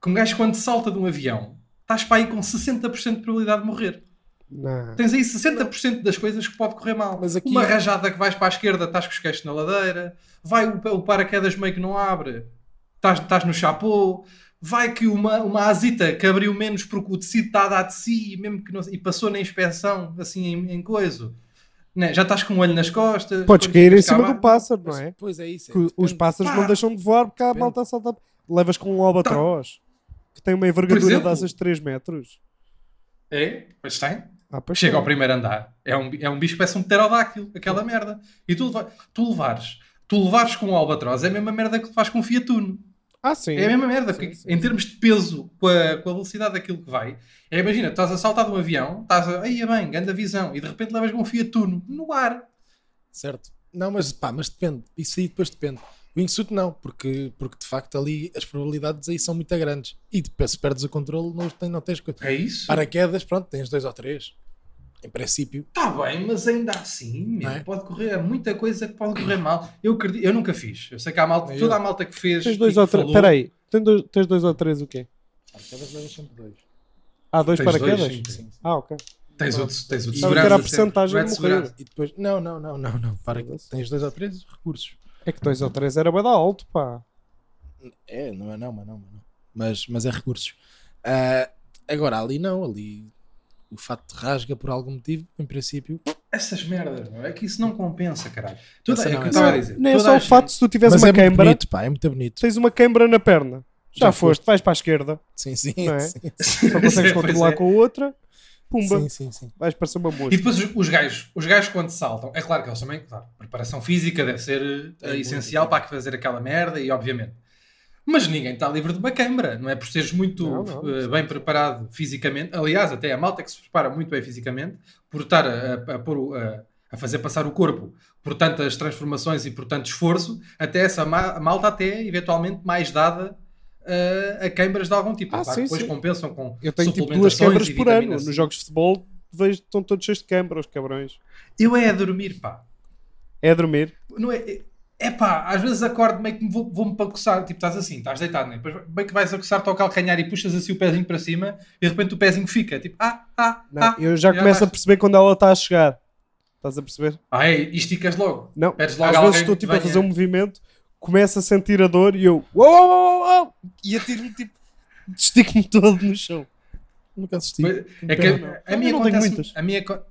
C: que um gajo quando salta de um avião, estás para aí com 60% de probabilidade de morrer.
A: Não.
C: Tens aí 60% das coisas que pode correr mal.
B: Mas aqui-
A: é-
C: Uma rajada que vais para a esquerda, estás com os queixos na ladeira. Vai o, o paraquedas meio que não abre, estás, estás no chapô. Vai que uma, uma asita que abriu menos porque o tecido está a dar de si mesmo que não- e passou na inspeção, assim, em, em coiso. Né? Já estás com um olho nas costas.
A: Podes
C: quando
A: cair em
C: ficas cá
A: cima do
C: abaixo.
A: pássaro, não é?
B: Pois é isso. é,
A: Que os
B: depende.
A: pássaros
C: Pá!
A: não deixam de voar porque a
B: Depende.
A: malta salta. Levas com um albatroz que tem uma envergadura
C: Tá. exemplo.
A: dessas 3 metros.
C: É, pois tem.
A: Ah, pois
C: Chega
A: tem.
C: ao primeiro andar. É um, é um bicho que parece um pterodáctilo, aquela merda. E tu, leva- tu levares. Tu levares com um albatroz é a mesma merda que levas com um Fiat Uno.
A: Ah, sim.
C: É a mesma merda, porque
A: Sim, sim,
C: em termos de peso, com a, com a velocidade daquilo que vai, é, imagina, tu estás a saltar de um avião, estás a, aí é bem, grande visão, e de repente levas com um Fiat Uno no ar.
B: Certo. Não, mas pá, mas depende. Isso aí depois depende. O insulto não, porque, porque de facto ali as probabilidades aí são muito grandes. E depois se perdes o controle, não, tem, não tens. co-
C: É isso?
B: Paraquedas, pronto, tens dois ou três. Em princípio.
C: Está Tá bem, mas ainda assim, meu,
B: Não é?
C: pode correr, há muita coisa que pode correr mal. Eu, acredito, eu nunca fiz. Eu sei que há malta,
B: Nem
C: toda
B: eu.
C: a malta que fez.
A: Tens
C: e
A: dois
C: que
A: ou três.
C: falou-
A: Espera aí. Tens dois, tens dois ou três o quê?
B: Paraquedas levas sempre dois.
A: Ah, dois
C: Tens dois,
A: paraquedas?
C: sim.
B: Sim, sim.
A: Ah, ok.
C: Tens o de, tens o de
B: E-
C: segurança.
B: Era a
C: sempre.
A: percentagem
C: Não é
A: de
C: de
A: morrer.
C: segurança.
B: E depois. Não, não, não, não, não. Para tens dois ou três recursos.
A: É que dois ou três era bada alto, pá.
B: É, não é não, mas não, mas não. Mas, mas é recursos. Ah, agora, ali não, ali o fato de rasga por algum motivo, em princípio.
C: Essas merdas, meu, é que isso não compensa, caralho. Toda,
B: Essa
C: é
B: não,
C: que eu
B: essa
C: estava a
B: não.
C: dizer.
A: Nem é
C: toda
A: só
C: a
A: o fato de se tu tiveres
B: mas
A: uma
B: é muito
A: câimbra,
B: bonito, pá, é muito bonito.
A: tens uma câimbra na perna. Já,
B: Já
A: foste, vais para a esquerda,
B: Sim, sim,
A: Não é?
B: sim,
C: gente-
A: só consegues
C: Pois
A: controlar
C: é.
A: com a outra, pumba,
B: sim, sim, sim.
A: vais parecer uma moça.
C: E depois os, os gajos, os gajos quando saltam, é claro que eles também, claro, preparação física deve ser eh,
B: É muito,
C: essencial
B: é.
C: para fazer aquela merda e obviamente. Mas ninguém está livre de uma câimbra, não é por seres muito
A: Não, não, é
C: eh,
A: sim,
C: bem
A: sim.
C: preparado fisicamente. Aliás, até a malta que se prepara muito bem fisicamente, por estar a, a- a pôr o- a, a fazer passar o corpo por tantas transformações e por tanto esforço, até essa ma- malta até eventualmente mais dada ah, a queimbras de algum tipo.
A: Ah,
C: Claro,
A: sim,
C: depois
A: sim.
C: compensam com
A: Eu tenho tipo duas
C: suplementações
A: câmaras
C: e
A: por ano.
C: vitaminas.
A: Nos jogos de futebol vejo que estão todos cheios de câmaras, os cabrões.
C: Eu é a dormir, pá.
A: É a dormir.
C: não é, é pá, às vezes acordo meio que me vou- vou-me para coçar, tipo, estás assim, estás deitado, né? depois bem que vais a coçar-te ao calcanhar e puxas assim o pezinho para cima e de repente o pezinho fica, tipo, ah, ah,
A: Não,
C: ah,
A: eu já
C: já
A: começo
C: vai.
A: a perceber quando ela está a chegar. Estás a perceber?
C: ah, é, e esticas logo.
A: Não,
C: Pedes logo
A: às
C: alguém
A: vezes estou
C: que
A: tipo a
C: venha.
A: fazer um movimento, começo a sentir a dor e eu uou, uou, uou, uou, e atiro-me tipo, estico-me todo no chão.
B: Nunca assisti.
C: Mas É que
B: Pera,
C: a- a
A: Eu
C: mim
A: não tenho
C: acontece
A: muitas.
C: a mim aco-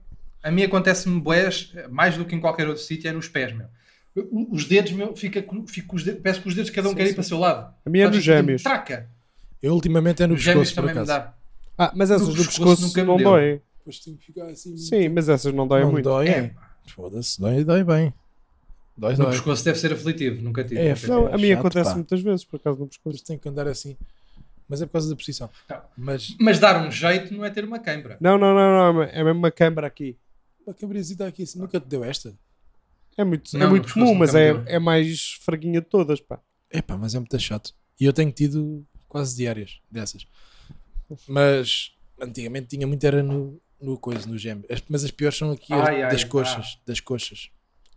C: a mim acontece-me boés mais do que em qualquer outro sítio, é nos pés, meu. O- Os dedos, meu, fica, com- fico com os dedos, parece que os dedos cada um
B: Sim,
C: quer ir
B: sim.
C: para o seu lado.
A: A minha é
C: Sabes,
A: nos gêmeos.
C: tipo, Traca!
B: Eu ultimamente é no
C: Os gêmeos
B: pescoço, por
C: também me
B: acaso.
C: dá.
A: Ah, mas essas
C: Do
A: do,
C: pescoço
A: pescoço,
C: nunca me
A: não
C: deu.
A: doem.
B: Depois tenho que ficar assim.
A: Sim, mas essas não doem
B: não
A: muito.
B: dói,
C: É,
B: é. Foda-se, dói, dói bem. Dói,
C: No
B: dói.
C: pescoço deve ser aflitivo, nunca tive.
B: É,
C: nunca tive.
A: Não, a minha
B: chato,
A: acontece
B: pá.
A: muitas vezes, por acaso, no pescoço.
B: Depois tenho que andar assim. Mas é por causa da posição.
C: Tá.
B: Mas
C: Mas dar um jeito não é ter uma queimbra.
A: Não, não, não, não, é mesmo uma câmara aqui.
B: a cabrizita aqui assim, nunca te deu esta?
A: É muito,
C: Não,
A: é
C: no
A: muito
C: pescoço
A: comum,
C: nunca
A: mas
C: me
A: é,
C: deu.
A: é mais fraguinha de todas, pá.
B: Epá, mas é muito chato. E eu tenho tido quase diárias dessas. Mas antigamente tinha muito, era no, no coisa, no gêmeo. As- Mas as piores são aqui as-
C: Ai, ai,
B: das coxas. Das coxas.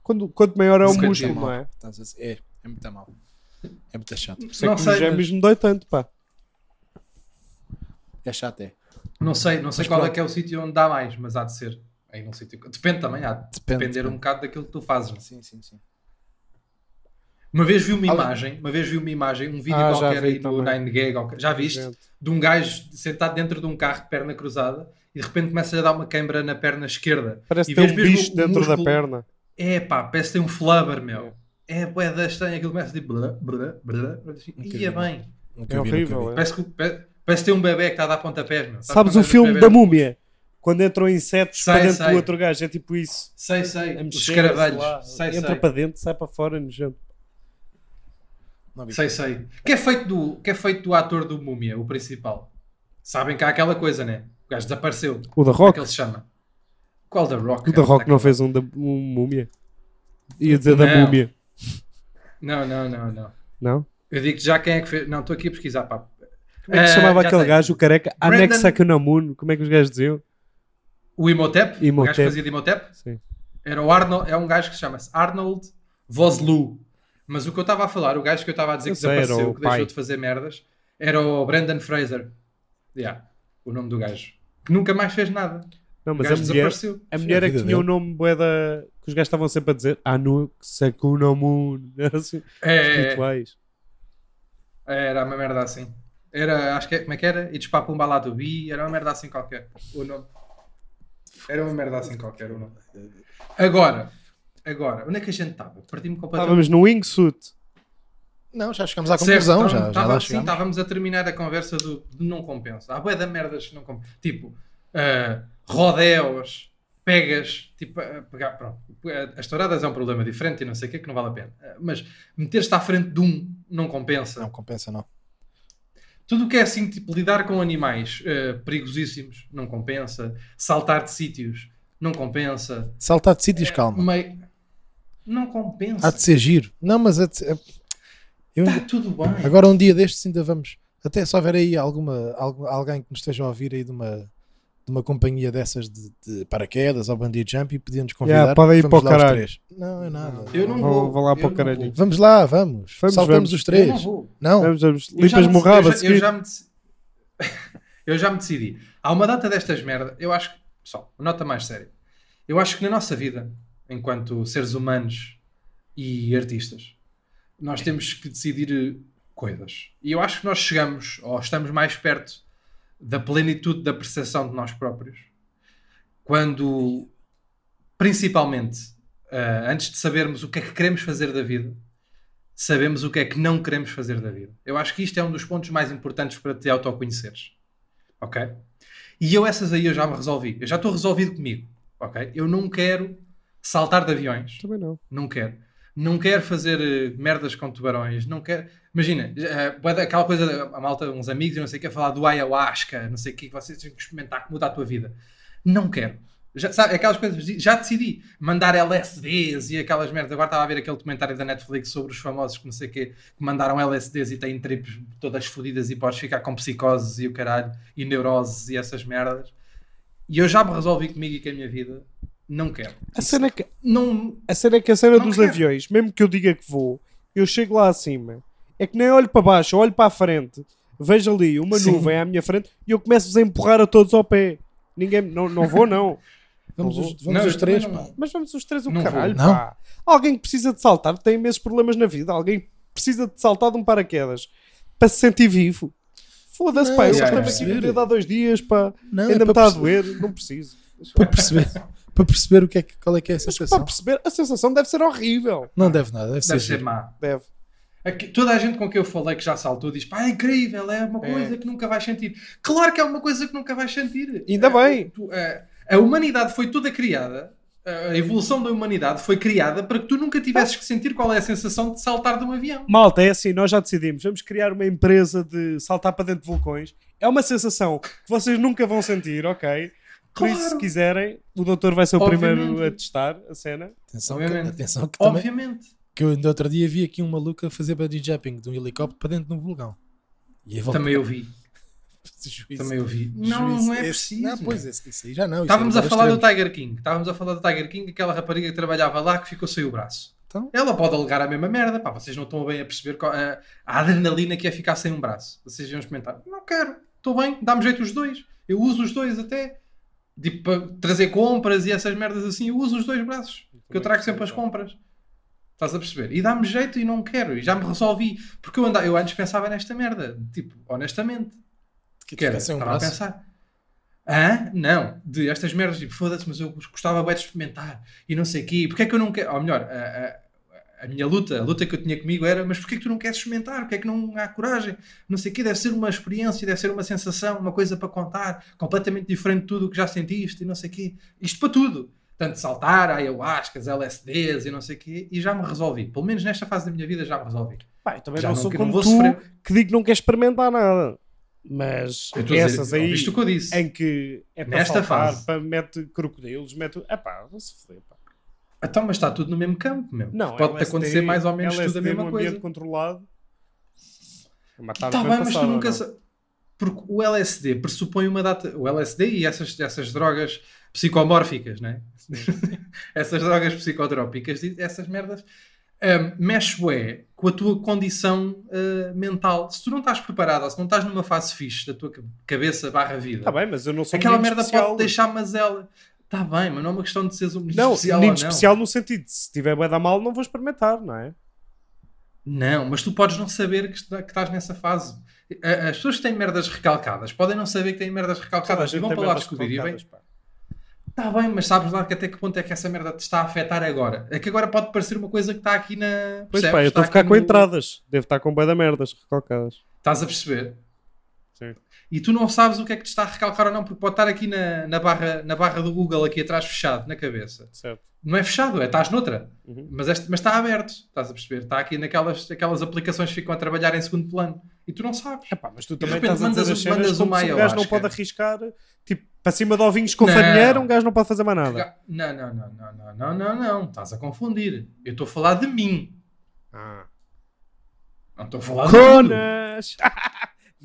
A: Quando, quanto maior é o
C: Isso é
A: músculo,
C: bom.
A: não é?
B: Estás a- É, é muito mal. É muito chato.
A: Por isso é que nos
C: mas-
A: gêmeos me dói tanto, pá.
B: É chato, é.
C: Não sei, não sei
B: Mas
C: qual é
B: pronto.
C: que é o sítio onde dá mais, mas há de ser. Aí não sei, tipo, depende também, há de
B: Depende,
C: depender um
B: depende.
C: bocado daquilo que tu fazes.
B: Sim, sim, sim.
C: Uma vez vi uma
B: Além-
C: imagem, uma vez vi uma imagem, um vídeo
A: Ah, já
C: qualquer
A: vi
C: aí do
A: também.
C: 9gag, ou- já viste?
A: Gente.
C: De um gajo sentado dentro de um carro de perna cruzada e de repente começa a dar uma queimbra na perna esquerda.
A: Parece
C: E
A: que tem
C: vês
A: um
C: mesmo
A: bicho
C: o
A: dentro da
C: músculo-
A: perna.
C: É pá, parece que tem um flubber, meu. É bué da estranha, aquilo começa a dizer blá, blá, blá, blá, assim,
B: Nunca
C: ia
B: vi.
C: bem.
B: Nunca vi,
A: É
B: nunca
A: horrível,
B: vi.
A: é.
C: Parece que, parece que tem um bebê que está a dar pontapés, meu.
A: Sabes
C: quando
A: o
C: é és
A: filme
C: bebé?
A: da múmia? Quando entram insetos
C: Sei,
A: para dentro
C: sei.
A: do outro gajo, é tipo isso.
C: Sei, sei,
A: A
C: os
A: mexer-se lá,
C: escaravelhos. Sei,
A: entra
C: sei.
A: para dentro, sai para fora, nojento.
B: Não vi.
C: Sei, sei. Que é feito do, que é feito do ator do Múmia, o principal. Sabem que há aquela coisa, né? O gajo desapareceu. Como
A: O da
C: é que
A: Rock?
C: ele se chama? Qual da Rock? tá
A: O da Rock não
C: Aquela-
A: fez um, da, um múmia? Ia dizer da
C: Não.
A: múmia.
C: Não, não, não, não.
A: Não?
C: Eu digo já quem é que fez. Não, estou aqui a pesquisar, pá.
A: Como é que se
C: Eh,
A: chamava
C: já
A: aquele
C: sei.
A: gajo, o careca?
C: Brandon-
A: Anex Sakunamun, como é que os gajos diziam?
C: O Imhotep? O gajo
A: Imhotep.
C: que fazia de Imhotep?
A: Sim.
C: Era o Arnold, é um gajo que se chama-se Arnold Vosloo. Mas o que eu estava a falar, o gajo que eu estava a dizer
A: Eu
C: que
A: sei, era
C: desapareceu,
A: o
C: que deixou
A: pai.
C: de fazer merdas, era o Brandon Fraser. Yeah, o nome do gajo. Que nunca mais fez nada.
A: Não,
C: O
A: mas a
C: gajo
A: mulher,
C: desapareceu.
A: a mulher é que
B: vida
A: tinha o
B: dele.
A: nome bué da... que os gajos estavam sempre a dizer Anex Sakunamun. Era assim,
C: É,
A: espirituais.
C: Era uma merda assim. Era, acho que é, como é que era? E despapa um balado bi, era uma merda assim qualquer. O nome. Era uma merda assim qualquer o nome. Agora, agora, onde é que a gente estava? Perdi-me completamente.
A: Estávamos no wingsuit.
B: Não, já chegámos à
C: Certo,
B: conclusão.
C: estava-
B: Tá já, já
C: estava
B: lá
C: assim,
B: chegámos.
C: estávamos a terminar a conversa do de não compensa. Há bué da merdas que não compensa. Tipo, ah, rodeos, pegas, tipo, ah, pegar, pronto. Ah, As touradas é um problema diferente e não sei o que, que não vale a pena. Ah, mas meter-te à frente de um não compensa.
B: Não compensa, não.
C: Tudo o que é assim, tipo, lidar com animais eh, perigosíssimos não compensa. Saltar de sítios não compensa.
B: Saltar de
C: É,
B: sítios, calma.
C: Meio- Não compensa.
B: Há de ser giro. Não, mas é de ser- Eu
C: Está tudo bem.
B: Agora um dia destes ainda vamos. Até se houver aí alguma, algu- alguém que nos esteja a ouvir aí de uma, de uma companhia dessas de, de paraquedas ou bungee jump e podia-nos convidar.
A: Yeah, podem ir
B: vamos
A: para o
B: lá os
A: caralho.
B: três. Não, é nada.
C: Eu não
A: Vou-
C: vou.
A: vou lá
C: eu
A: para o
C: não
A: caralho.
C: vou.
B: Vamos lá, vamos.
A: Vamos,
B: Saltamos
A: vamos.
B: os
C: Eu
B: três.
C: não vou.
B: Não,
A: Vamos, vamos,
C: Eu já
A: limpas
C: me-
A: morrava
C: eu
A: a
C: já- eu
A: seguir.
C: já me deci- Eu já me decidi. Há uma data destas merda. Eu acho que. Só, nota mais séria. Eu acho que na nossa vida, enquanto seres humanos e artistas, nós temos que decidir eh, coisas. E eu acho que nós chegamos, ou estamos mais perto da plenitude da percepção de nós próprios, quando, principalmente, eh, antes de sabermos o que é que queremos fazer da vida, sabemos o que é que não queremos fazer da vida. Eu acho que isto é um dos pontos mais importantes para te autoconheceres. Ok? E eu essas aí eu já me resolvi. Eu já estou resolvido comigo. Ok? Eu não quero saltar de aviões.
A: Também não.
C: Não quero. Não quero fazer eh, merdas com tubarões. Não quero. Imagina, eh, bué da- aquela coisa, da- a malta, uns amigos, e não sei o que, a falar do ayahuasca, não sei o que, que vocês têm que experimentar, que muda a tua vida. Não quero. Já, sabe, aquelas coisas, já decidi mandar LSDs e aquelas merdas. Agora estava a ver aquele documentário da Netflix sobre os famosos que não sei quê, que mandaram LSDs e têm tripes todas fodidas e podes ficar com psicoses e o caralho, e neuroses e essas merdas. E eu já me resolvi comigo e com a minha vida. Não quero.
A: A cena, é que,
C: Não,
A: a cena é que a cena
C: Não
A: dos
C: quero.
A: aviões, mesmo que eu diga que vou, eu chego lá acima, é que nem olho para baixo, eu olho para a frente, vejo ali uma
C: Sim.
A: nuvem à minha frente e eu começo-vos a empurrar a todos ao pé. Ninguém, não, não vou não.
B: Vamos,
A: Não
B: os,
A: vou.
B: vamos
C: Não,
B: os
C: eu também
B: três,
C: não-
B: pá.
A: Mas vamos os três o
C: Não vou.
A: caralho,
B: Não.
A: pá. Alguém que precisa de saltar tem imensos problemas na vida. Alguém que precisa de saltar de um paraquedas para se sentir vivo. Foda-se,
B: Não,
A: pá. Eu
C: é
A: só
C: para
A: estava aqui
B: perceber.
A: de há dois dias, pá.
B: Não, é
A: Ainda me
B: para
A: está a
B: perce-
A: doer. Não preciso.
B: Para perceber, para perceber o que é, que- qual é que é a
A: Mas
B: sensação.
A: para perceber, a sensação deve ser horrível.
B: Não deve nada, deve,
C: deve
B: ser.
C: ser
B: giro.
C: má.
A: Deve.
C: Aqui- toda a gente com quem eu falei que já saltou diz: pá, é incrível, é uma
A: É.
C: coisa que nunca vais sentir. Claro que é uma coisa que nunca vais sentir.
A: Ainda
C: É,
A: bem.
C: tu- é, a humanidade foi toda criada, a evolução da humanidade foi criada para que tu nunca tivesses que sentir qual é a sensação de saltar de um avião.
A: Malta, é assim, nós já decidimos. Vamos criar uma empresa de saltar para dentro de vulcões. É uma sensação que vocês nunca vão sentir, ok? Por isso, se
C: Claro.
A: quiserem, o doutor vai ser o primeiro
C: Obviamente.
A: a testar a cena.
B: Atenção, que,
C: Obviamente.
B: atenção que, também,
C: Obviamente.
B: que eu ainda outro dia vi aqui um maluco a fazer bungee jumping de um helicóptero para dentro de um vulcão. E eu volto-
C: Também eu vi.
B: Juízo.
C: Também eu vi.
B: Juízo.
C: Não, não é
B: Esse-
C: preciso.
B: Não, pois, esse, isso aí já não. isso é
C: Estávamos a
B: era
C: falar do
B: extremo.
C: Tiger King. Estávamos a falar do Tiger King, aquela rapariga que trabalhava lá que ficou sem o braço.
B: Então?
C: Ela pode alegar a mesma merda. Pá, vocês não estão bem a perceber qual- a, a adrenalina que é ficar sem um braço. Vocês iam experimentar. Não quero. Estou bem. Dá-me jeito os dois. Eu uso os dois até. Tipo, para trazer compras e essas merdas assim. Eu uso os dois braços. Que eu trago sempre as
B: então.
C: compras. Estás a perceber? E dá-me jeito e não quero. E já me resolvi. Porque eu, andava, eu antes pensava nesta merda. Tipo, honestamente.
B: Que
C: Que era,
B: fica sem um
C: estava
B: braço.
C: a pensar. Hã? Não, de estas merdas, tipo, foda-se, mas eu gostava bem de experimentar e não sei o quê, porque é que eu não quero, ou melhor, a, a- a minha luta, a luta que eu tinha comigo era, mas porquê é que tu não queres experimentar? Porquê que não há coragem? Não sei o quê, deve ser uma experiência, deve ser uma sensação, uma coisa para contar, completamente diferente de tudo o que já sentiste e não sei o quê. Isto para tudo. Tanto saltar, ayahuascas, LSDs e não sei o quê, e já me resolvi. Pelo menos nesta fase da minha vida já me resolvi.
A: Pá, eu também
C: Já
A: não,
C: não-
A: sou
C: não
A: como
C: vou
A: tu,
C: sofrer.
A: que digo que não quer experimentar nada. Mas
C: Eu estou a dizer,
A: essas aí,
C: ouviste o que eu disse.
A: em que é para
C: Nesta
A: saltar,
C: fase.
A: para mete crocodilos, mete... É pá, vou se foder, pá.
C: Então, mas está tudo no mesmo campo, meu.
A: Não, é
C: Pode
A: LSD
C: acontecer mais ou menos tudo a
A: LSD
C: mesma
A: num
C: coisa.
A: ambiente controlado. tá Está
C: Está bem, mas tu
A: é?
C: nunca sa- Porque o LSD pressupõe uma data. O LSD e essas, essas drogas psicomórficas, né? essas drogas psicotrópicas, e essas merdas, hum, mexe bué com a tua condição uh, mental. Se tu não estás preparado ou se não estás numa fase fixe da tua ca- cabeça barra vida,
A: Está Tá bem, mas eu não sou
C: aquela
A: menino
C: merda
A: especial.
C: pode deixar mazela. Está bem, mas não é uma questão de seres um menino
A: Não,
C: especial
A: menino
C: ou não.
A: especial no sentido, de se tiver bué da mal, não vou experimentar, não é?
C: Não, mas tu podes não saber que, está- que estás nessa fase. A- As pessoas que têm merdas recalcadas podem não saber que têm merdas
A: Toda a
C: recalcadas e
A: gente
C: vão
A: tem
C: para lá
A: merdas
C: descobrir e vêm.
A: colocadas, pá.
C: Está bem, mas sabes lá que até que ponto é que essa merda te está a afetar agora? É que agora pode parecer uma coisa que está aqui na.
A: Pois
C: percebes?
A: pá, eu
C: Está
A: estou a ficar
C: aqui
A: com
C: no-
A: entradas. Devo estar com bué da merdas recalcadas.
C: Estás a perceber?
A: Sim.
C: E tu não sabes o que é que te está a recalcar ou não, porque pode estar aqui na, na barra, na barra do Google, aqui atrás, fechado, na cabeça.
A: Certo.
C: Não é fechado, é estás noutra.
A: Uhum.
C: Mas, este- mas está aberto, estás a perceber? Está aqui naquelas aquelas aplicações que ficam a trabalhar em segundo plano e tu não sabes.
A: Epá, mas tu também
C: repente
A: estás a dizer
C: mandas-
A: as cenas
C: mandas
A: como
C: uma
A: se um gajo não
C: ayahuasca.
A: pode arriscar. Tipo, para cima de ovinhos com
C: Não.
A: farinheira, um gajo não pode fazer mais nada.
C: Ga- Não, não, não, não, não, não, não, não. Estás a confundir. Eu estou a falar de mim.
A: Ah.
C: Não estou a falar de mim.
A: Conas!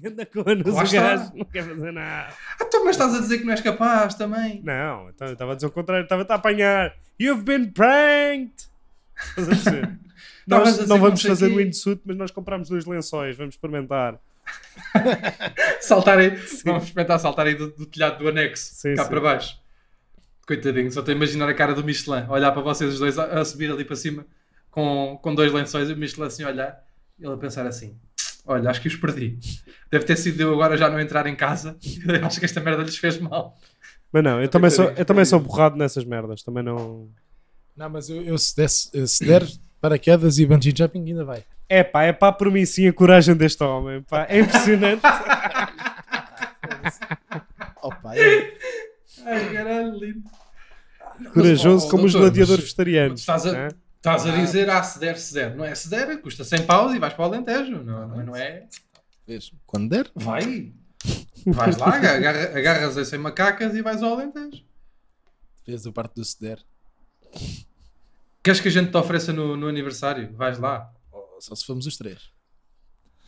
A: Anda Conas,
C: Lá
A: o
C: está.
A: um gajo não quer fazer nada.
C: Ah, então, mas estás a dizer que não és capaz também.
A: Não, então eu estava a dizer o contrário, estava a apanhar. You've been pranked! Estás a perceber?
C: Estavas
A: nós
C: a dizer
A: não
C: que
A: vamos
C: não sei
A: fazer
C: quê.
A: o insuit, mas nós compramos dois lençóis, vamos experimentar.
C: Saltar aí. Vamos experimentar saltar aí do, do telhado do anexo,
A: Sim,
C: cá
A: sim.
C: para baixo. Coitadinho, só estou a imaginar a cara do Michelin, olhar para vocês os dois a, a subir ali para cima com, com dois lençóis e o Michelin assim a olhar, ele a pensar assim: Olha, acho que os perdi. Deve ter sido eu agora já não entrar em casa. acho que esta merda lhes fez mal.
A: Mas não, eu também, sou,
C: bocadinho,
A: eu também sou
C: bocadinho.
A: borrado nessas merdas, também não.
B: Não, mas eu, eu se, desse, eu se der paraquedas e bungee jumping ainda vai.
A: É pá, é pá, por mim sim a coragem deste homem, pá, é impressionante.
B: Opa, é,
C: Ai, caralho, lindo.
A: Corajoso
C: Oh,
A: como os
C: doutor, mas-
A: gladiadores vegetarianos.
C: Estás a-
A: né?
C: Estás a dizer, ah, se der, se der. Não é se der, custa 100 paus e vais para o Alentejo. Não, não, é- não é?
B: vês, quando der,
C: Vai. Vais lá, agarra- agarras as 100 macacas e vais ao Alentejo.
B: Desde a parte do ceder.
C: Queres que a gente te ofereça no, no aniversário? Vais lá.
B: Só se formos os três.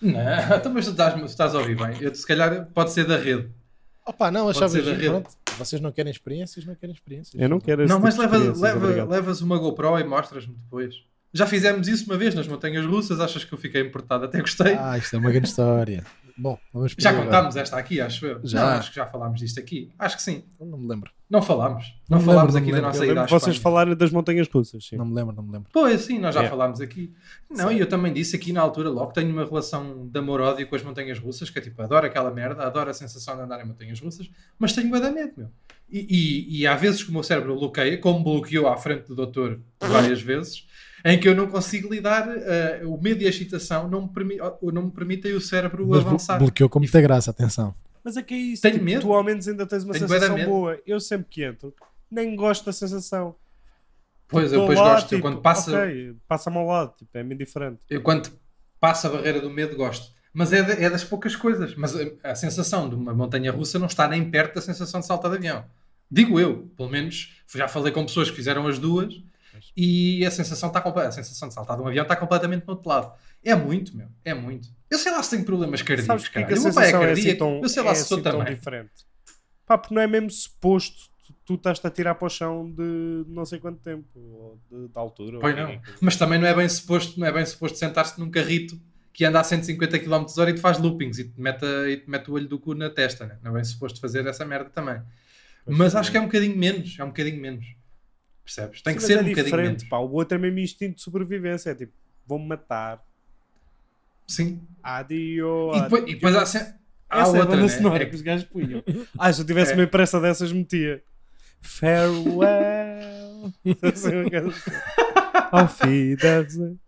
C: Não, então, mas tu estás, tu estás a ouvir bem. Eu, se calhar pode ser da rede.
B: Opa, não, achava
C: ser da
B: giro,
C: rede.
B: pronto. Vocês não querem experiências, não querem experiências.
A: Eu não quero esse
C: não,
A: tipo
C: mas
A: de
C: leva,
A: experiências,
C: leva,
A: obrigado.
C: levas uma GoPro e mostras-me depois. Já fizemos isso uma vez nas montanhas russas, achas que eu fiquei importado? Até gostei.
B: Ah, isto é uma grande história. Bom, vamos
C: já
B: por aí
C: contámos esta aqui, acho eu.
B: Já.
C: Não, acho que já falámos disto aqui. Acho que sim.
B: agora. Não me lembro.
C: Não falámos. Não,
B: Não me
C: falámos
B: lembro, não me
C: aqui da
A: Eu
C: nossa ida
A: lembro
C: à
A: de vocês
C: Espanha.
A: falarem das montanhas russas, sim.
B: Não me lembro, não me lembro.
C: Pois, sim, nós já
A: Yeah.
C: falámos aqui. Não, e eu também disse aqui na altura, logo, tenho uma relação de amor-ódio com as montanhas russas, que é tipo, adoro aquela merda, adoro a sensação de andar em montanhas russas, mas tenho bué de medo, meu. E, e, e há vezes que o meu cérebro bloqueia, como bloqueou à frente do doutor várias vezes, em que eu não consigo lidar, eh, o medo e a excitação não me, permi ou não me permitem o cérebro
B: Mas blo-
C: avançar.
B: bloqueou com muita graça, atenção.
A: Mas é que é isso.
C: Tenho
A: tipo,
C: medo.
A: Tu ao menos ainda tens uma
C: Tenho bué de
A: sensação
C: medo.
A: boa. Eu sempre que entro, nem gosto da sensação.
C: Pois, eu
A: Tô
C: depois
A: lá,
C: gosto, eu
A: tipo,
C: quando passa...
A: ok, passa-me ao lado, tipo, é-me indiferente.
C: Eu, quando passo a barreira do medo, gosto. Mas é, da- é das poucas coisas. Mas eh, a, a sensação de uma montanha russa não está nem perto da sensação de saltar de avião. Digo eu, pelo menos já falei com pessoas que fizeram as duas e a sensação, está, compa- a sensação de saltar de um avião está completamente no outro lado. É muito, meu. É muito. Eu sei lá se tenho problemas cardíacos,
A: Sabes porque é que
C: cara.
A: a
C: O meu pai é
A: sensação é assim
C: cardíaco.
A: tão,
C: eu sei
A: é
C: lá se sou
A: assim tão
C: também.
A: diferente? Pá, porque não é mesmo suposto tu, tu estás-te a tirar para o chão de não sei quanto tempo, ou de, de altura. ou
C: Pois
A: qualquer
C: não.
A: coisa.
C: Mas também não é bem suposto, não é bem suposto sentar-se num carrito que anda a 150 km h e te faz loopings e te mete, a- e te mete o olho do cu na testa, né? não é bem suposto fazer essa merda também.
A: Pois
C: mas
A: também.
C: acho que é um bocadinho menos, é um bocadinho menos. Percebes? Tem
A: Sim, mas
C: que ser
A: é
C: um bocadinho menos.
A: diferente, pá. O outro é mesmo instinto de sobrevivência, é tipo, vou-me matar.
C: Sim.
A: Adio.
C: E depois, e depois há, se- há
A: Essa é a
C: outra,
A: banda
C: né?
A: sonora
C: É
A: que
C: que-
A: os gajos punham. Ah, se eu tivesse
C: É.
A: uma impressa dessas, metia. Farewell. Assim, uma coisa assim. Auf Wiedersehen.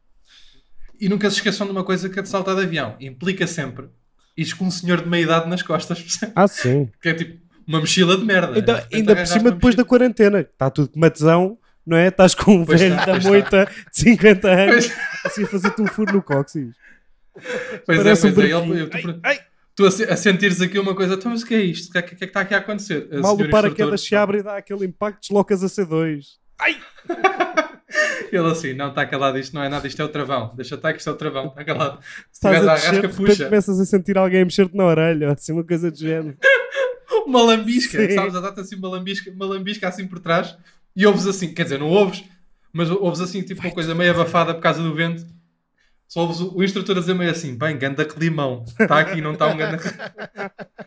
C: E nunca se esqueçam de uma coisa que é de saltar de avião. Implica sempre isto com um senhor de meia idade nas costas, percebes?
A: Ah, sim.
C: Que é tipo uma mochila de merda. né?
A: Então,
C: Portanto,
A: ainda por
C: arranjaste
A: cima,
C: uma
A: depois da quarentena, está tudo com matezão, não é? Estás com um
C: Pois
A: velho
C: está,
A: da
C: pois
A: moita de 50 anos,
C: mochila.
A: assim a fazer-te um furo no cóccix.
C: Pois
A: Parece
C: é,
A: um
C: pois é.
A: barquinho.
C: Ele- eu- tu-
A: Ai, ai,
C: tu a, se- a sentires aqui uma coisa, então mas o que é isto? O que é que, o que é que está aqui a acontecer? A
A: mal é
C: senhora
A: o paraquedas
C: instrutora-
A: se abre e dá aquele impacto, deslocas a C2.
C: Ele assim, não, está calado, isto não é nada, isto é o travão. Deixa estar que isto é o travão, está calado. Se
A: Estás
C: tiveres a
A: a descer,
C: arrasca,
A: de repente
C: puxa.
A: começas a sentir alguém mexer-te na orelha, ou assim, uma coisa de género.
C: Uma lambisca,
A: Sim.
C: sabes? A data assim, uma lambisca, uma lambisca assim por trás e ouves assim, quer dizer, não ouves, mas ouves assim, tipo uma coisa meio abafada por causa do vento. Só ouves o, o instrutor a dizer meio assim, bem, ganda climão. Está aqui, não está um ganda...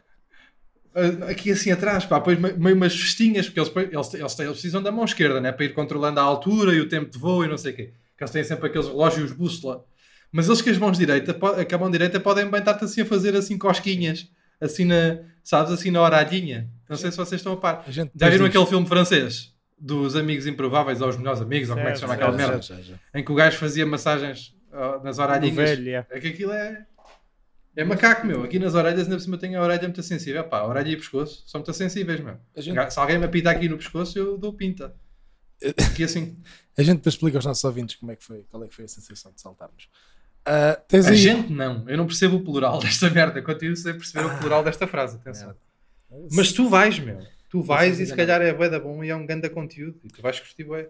C: Ah, Aqui assim atrás, pá, pões meio meio umas festinhas, porque eles, põem- eles, eles, têm- eles precisam da mão esquerda, né? Para ir controlando a altura e o tempo de voo e não sei o quê. Que eles têm sempre aqueles relógios bússola. Mas eles que as mãos direita, po- que a mão direita podem bem estar-te assim a fazer assim cosquinhas. Assim na, sabes, assim na horadinha. Não sei se vocês estão a par.
B: A gente
C: Já viram
B: depois
C: aquele filme francês? Dos amigos improváveis aos melhores amigos, ou como é que se chama
A: Certo,
C: aquela
B: diz-
C: merda?
B: Já, já, já.
C: Em que o gajo fazia massagens ah, nas
A: Do
C: horadinhas.
A: velho, é.
C: É que aquilo é. É macaco, meu. Aqui nas orelhas, ainda por cima, tenho a orelha muito sensível. Pá, a orelha e o pescoço são muito sensíveis, meu.
B: A gente-
C: Se alguém me apita aqui no pescoço, eu dou pinta. Aqui assim.
B: A gente depois explica aos nossos ouvintes como é que foi, qual é que foi a sensação de saltarmos. Ah, tens
C: A
B: aí.
C: gente não. Eu não percebo o plural desta merda. Continuo sem perceber o plural desta frase. Atenção.
B: merda.
C: Mas tu vais, meu. Tu vais e se
B: enganados.
C: calhar é bué da bom e é um grande conteúdo. E tu vais curtir bué.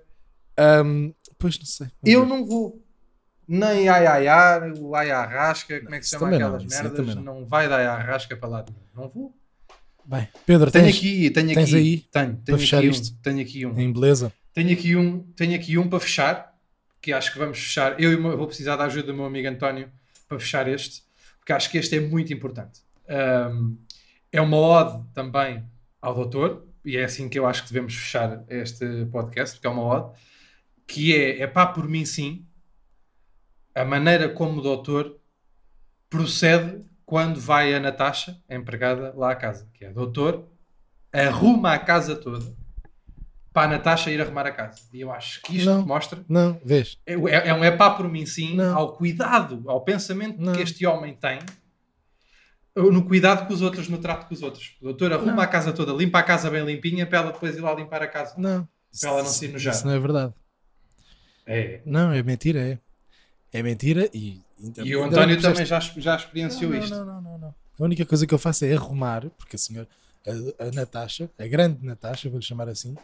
B: Ahm, pois não sei. Vamos
C: Eu
B: ver.
C: não vou. Nem ai ai ai, o ai arrasca, como é que se
B: isso
C: chama
B: também não,
C: aquelas
B: isso aí
C: merdas?
B: também
C: Não.
B: não.
C: vai dar arrasca para lá. Não vou.
B: Bem, Pedro,
C: Tenho
B: tens
C: aqui, tenho aqui.
B: tens aí
C: Tenho, tenho
B: fechar
C: aqui
B: isto?
C: um. Tenho aqui um.
B: em beleza.
C: Tenho aqui um, tenho aqui um para fechar, que acho que vamos fechar. Eu e o meu- vou precisar da ajuda do meu amigo António para fechar este, porque acho que este é muito importante. Ahm, é uma ode também ao doutor, e é assim que eu acho que devemos fechar este podcast, porque é uma ode, que é, é pá por mim sim, a maneira como o doutor procede quando vai a Natasha, a empregada, lá à casa, que é doutor, arruma a casa toda para a Natasha ir arrumar a casa. E eu acho que isto
B: Não.
C: mostra
B: Não, vês?
C: é, é um epá por mim sim
B: Não.
C: ao cuidado, ao pensamento
B: Não.
C: que este homem tem no cuidado com os outros, no trato com os outros. O doutor arruma
B: Não.
C: a casa toda, limpa a casa bem limpinha para ela depois ir lá limpar a casa.
B: Não.
C: Para ela não se enojar.
B: Isso não é verdade.
C: É.
B: Não, é mentira, é. É mentira e.
C: E o
B: ainda
C: António
B: não
C: também já, já
B: puseste-
C: experienciou
B: não, não,
C: isto.
B: Não, não, não, não. A única coisa que eu faço é arrumar, porque a senhora, a, a Natasha, a grande Natasha, vou-lhe chamar assim,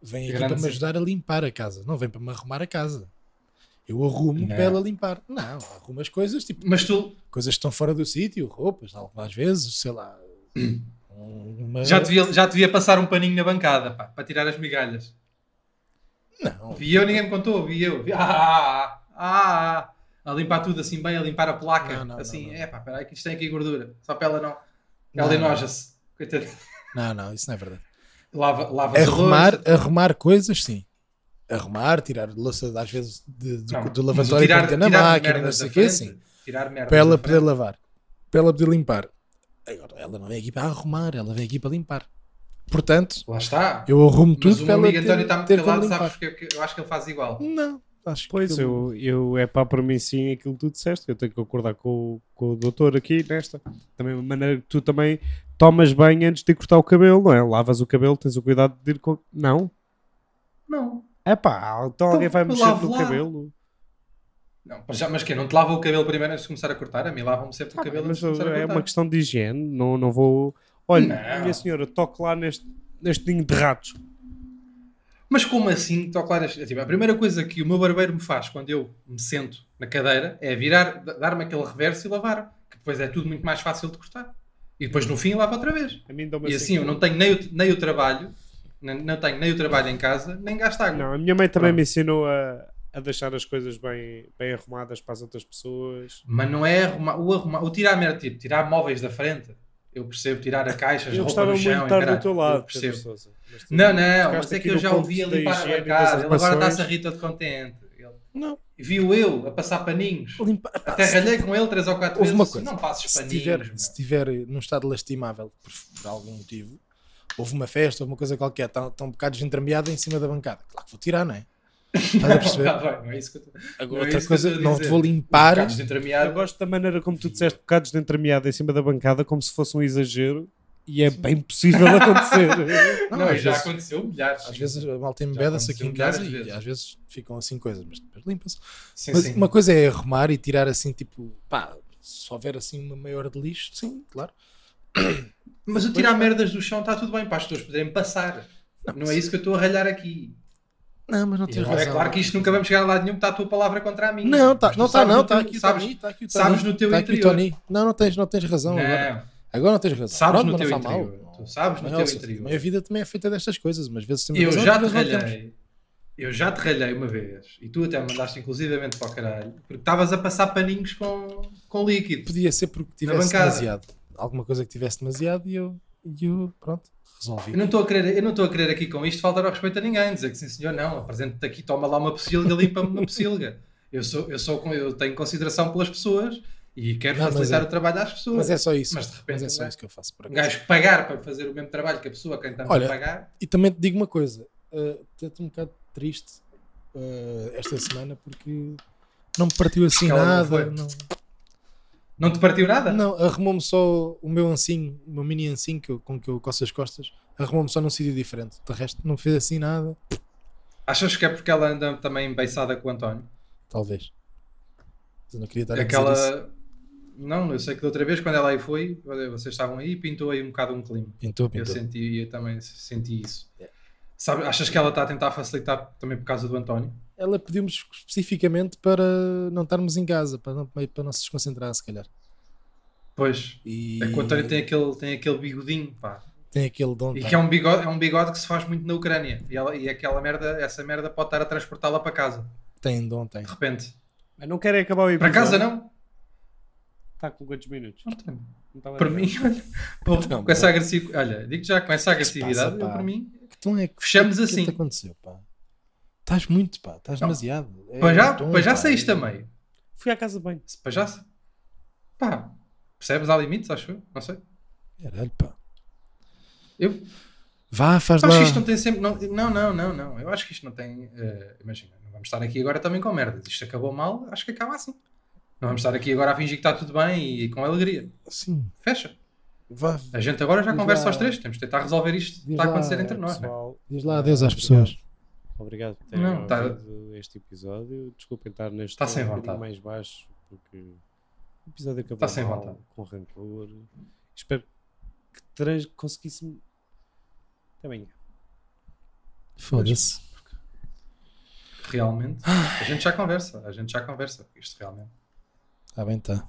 B: Vem aqui
C: Grande
B: para me
C: sim.
B: ajudar a limpar a casa. Não vem para me arrumar a casa. Eu arrumo
C: Não.
B: para ela limpar. Não, arrumo as coisas, tipo,
C: Mas tu
B: coisas que estão fora do sítio, roupas, às vezes, sei lá. uma-
C: já devia, já devia passar um paninho na bancada pá, para tirar as migalhas.
B: Não,
C: Vi eu, ninguém me contou, vi eu. Vi- Ah, ah, ah, ah. a limpar tudo assim bem, a limpar a placa.
B: Não, não,
C: assim,
B: não, não.
C: é pá, peraí, que isto tem aqui gordura. Só para ela não. Ela enoja-se. Coitada.
B: não, não, isso não é verdade.
C: Lava, lava
B: É Arrumar, arrumar coisas, sim. Arrumar, tirar louça, às vezes, de- do, do lavatório para meter na máquina, não sei o quê, sim.
C: Tirar merda.
B: Para ela poder lavar, para ela poder limpar. Agora, ela não vem aqui para arrumar, ela vem aqui para limpar. Portanto,
C: Lá está.
B: eu arrumo
C: Mas
B: tudo
C: o
B: para
C: meu
B: ela
C: amigo
B: ter,
C: António está muito
B: ter como
C: calado,
B: limpar.
C: sabes que é que eu acho que ele faz igual.
B: Não, acho
A: Pois,
B: que...
A: eu, eu é pá, para mim sim, aquilo que tu disseste, eu tenho que concordar com, o- com o doutor aqui nesta. Também uma maneira que tu também tomas banho antes de ir cortar o cabelo, não é? Lavas o cabelo, tens o cuidado de ir com... Não?
C: Não.
A: É pá, então alguém vai
C: eu
A: mexer
C: lavo
A: no
C: lá.
A: cabelo.
C: Não, mas já, mas que Não te lava o cabelo primeiro antes de começar a cortar? A mim lavam-me sempre o
A: Ah,
C: cabelo antes
A: mas
C: de começar a
A: é
C: cortar.
A: uma questão de higiene, não, não vou... Olha,
C: Não.
A: minha senhora, toque lá neste, neste ninho de ratos.
C: Mas como assim? Estou claro, tipo, a primeira coisa que o meu barbeiro me faz quando eu me sento na cadeira é virar, da- dar-me aquele reverso e lavar. Que depois é tudo muito mais fácil de cortar. E depois no fim lava outra vez.
A: A mim dá-me
C: E assim eu não tenho nem o, nem o trabalho, nem, não tenho nem o trabalho em casa, nem gasto água.
A: Não, a minha mãe também
C: Pronto.
A: me ensinou a, a deixar as coisas bem, bem arrumadas para as outras pessoas.
C: Mas não é arrumar, o arrumar, o tirar merda, tipo, tirar móveis da frente. Eu percebo tirar a caixa, as
A: Eu
C: roupa
A: gostava
C: no
A: muito de
C: chão, e
A: estar do
C: caralho,
A: teu
C: eu
A: lado, Pedro
C: percebo.
A: Sousa, mas tu-
C: Não, não,
A: Ficaste
C: mas é
A: aqui
C: que eu
A: no
C: já
A: ponto
C: ouvi a
A: da
C: limpar a
A: higiene e das
C: bancada. Ele agora
A: ocupações.
C: está-se a rir todo contente. Ele-
B: Não.
C: Viu eu a passar paninhos.
B: Limpar, pá,
C: Até
B: se-
C: ralhei com ele 3 ou 4
B: Houve
C: vezes.
B: uma
C: assim,
B: coisa.
C: Não é? passes
B: se
C: paninhos.
B: tiver,
C: meu.
B: se tiver num estado lastimável por, por algum motivo, houve uma festa, houve uma coisa qualquer, estão um bocado desentramiada em cima da bancada. Claro que vou tirar, não é? Estás a
C: Tá
B: perceber?
C: bem, não é isso que eu tô-
B: Agora,
C: é
B: outra
C: isso que eu
B: coisa,
C: estou a
B: não
C: dizer.
B: te vou limpar.
C: Bocados de entremeado.
A: Eu gosto da maneira como tu disseste bocados de entremeada em cima da bancada, como se fosse um exagero, e é bem possível acontecer.
B: Não,
C: Não,
B: às,
C: já
B: vezes,
C: aconteceu milhares.
B: às vezes a malta
C: Já
B: embeda-se aqui em
C: aconteceu
B: casa
C: várias
B: e
C: vezes.
B: às vezes ficam assim coisas, mas depois limpa-se.
C: Sim,
B: Mas
C: sim.
B: uma coisa é arrumar e tirar assim, tipo, pá, se houver assim uma meia hora de lixo, sim, claro.
C: Mas o
B: é.
C: tirar merdas do chão está tudo bem para as pessoas poderem passar. Não é isso que eu estou a ralhar aqui.
B: Não, mas não
C: E
B: tens
C: agora
B: razão.
C: é claro que isto nunca vamos chegar a lado nenhum, porque está a tua palavra contra a minha.
B: Não, tá,
C: Mas tu
B: não está,
C: sabes
B: não,
C: no
B: está
C: teu-
B: aqui o
C: sabes-
B: Tony, está aqui o Tony.
C: sabes no teu
B: tá aqui o
C: interior.
B: Tony. Não, não tens, não tens razão agora.
C: Não,
B: Agora não tens razão.
C: Sabes
B: Pronto,
C: no
B: mas não
C: teu
B: está mal. é assim,
C: interior. Tu sabes no
B: Não,
C: teu
B: Elsa,
C: interior.
B: A minha vida também é feita destas coisas, mas às vezes temos
C: Eu
B: razão,
C: já te
B: outras vezes não temos.
C: ralhei. Eu já te ralhei uma vez. E tu até me mandaste inclusivamente para o caralho. Porque estavas a passar paninhos com, com líquido.
B: Podia ser porque tivesse
C: bancada.
B: demasiado. Alguma coisa que tivesse demasiado e eu, e eu pronto, resolvi.
C: Eu não estou a querer, eu não estou a querer aqui com isto faltar ao respeito a ninguém, dizer que sim senhor, não, apresento-te aqui, toma lá uma pocilga, limpa-me uma pocilga. Eu sou, eu sou, com- eu tenho consideração pelas pessoas e quero
B: Não, mas
C: facilitar
B: é-
C: o trabalho às pessoas.
B: Mas é só isso.
C: Mas de repente
B: é só
C: não é?
B: isso que eu faço. Por
C: Um
B: acaso.
C: gajo pagar para fazer o mesmo trabalho que a pessoa a quem estamos
B: Olha,
C: a pagar.
B: E também te digo uma coisa: uh, estou um bocado triste uh, esta semana porque não me partiu assim
C: Ela não
B: nada.
C: foi.
B: Não,
C: Não te partiu nada?
B: não, arrumou-me só o meu ancinho, o meu mini ancinho que eu- com que eu coço as costas. Arrumou-me só num sítio diferente. De resto, não fez assim nada.
C: Achas que é porque ela anda também beiçada com o António?
B: Talvez. Mas eu não queria estar a dizer isso.
C: Aquela. Não, eu sei que da outra vez, quando ela aí foi, vocês estavam aí e pintou aí um bocado um clima.
B: Pintou,
C: Eu
B: pintou. É.
C: senti, eu também senti isso.
B: Yeah.
C: Sabe, achas que ela está a tentar facilitar também por causa do António?
B: Ela pediu-nos especificamente para não estarmos em casa, para não, para não se desconcentrar, se calhar.
C: Pois.
B: E
C: É que o António tem aquele, tem aquele bigodinho, pá.
B: tem aquele dom.
C: E
B: pá.
C: que é um, bigode, é um bigode que se faz muito na Ucrânia. E, ela, e aquela merda, essa merda pode estar a transportá-la para casa,
B: Tem dom, tem.
C: de repente.
A: Mas não querem acabar o
C: Para
A: episódio.
B: é.
C: casa não?
A: Está com quantos minutos?
C: Não tem.
A: Não estava a
C: Para
A: ver.
C: mim, olha, pô,
B: Então,
C: com essa
B: pô.
C: agressividade. Olha, digo já, com essa
B: que se
C: agressividade,
B: passa,
C: eu,
B: pá?
C: para mim.
B: Então é que
C: Fechamos
B: o que é
C: assim.
B: Que te aconteceu, pá? Estás muito, pá. Estás
C: Não.
B: demasiado. É
C: Para já,
B: dom,
C: para já
B: pá. é
C: saíste a meio.
A: Fui à casa de banho.
C: Se Para já. sa- Pá, percebes? Há limites, acho eu. Não sei.
B: Caralho, pá.
C: Eu,
B: Vá, faz
C: Eu
B: lá.
C: acho que isto não tem sempre. Não, não, não, não. não. Eu acho que isto não tem. eh, imagina, não vamos estar aqui agora também com merda. Isto acabou mal, acho que acaba assim. Não vamos estar aqui agora a fingir que está tudo bem e com alegria.
B: Sim,
C: Fecha.
B: vá.
C: A gente agora já
B: Diz
C: conversa
B: lá-
C: aos três. Temos de tentar resolver isto que
B: diz
C: está a
B: lá,
C: acontecer entre nós. não é?
A: Pessoal,
B: Diz lá adeus
A: eh,
B: às pessoas.
A: Obrigado, obrigado por terem
C: Não, tá-
A: ouvido este episódio. Desculpem estar neste
C: Tá sem
A: um bocadinho
C: vontade.
A: mais baixo, porque o episódio acabou
C: Tá sem
A: mal,
C: vontade.
A: com rancor. Espero que trans- conseguíssemos. Até amanhã.
C: É.
B: Foda-se.
C: Realmente. A gente já conversa. A gente já conversa. Isto realmente.
B: Está bem, está.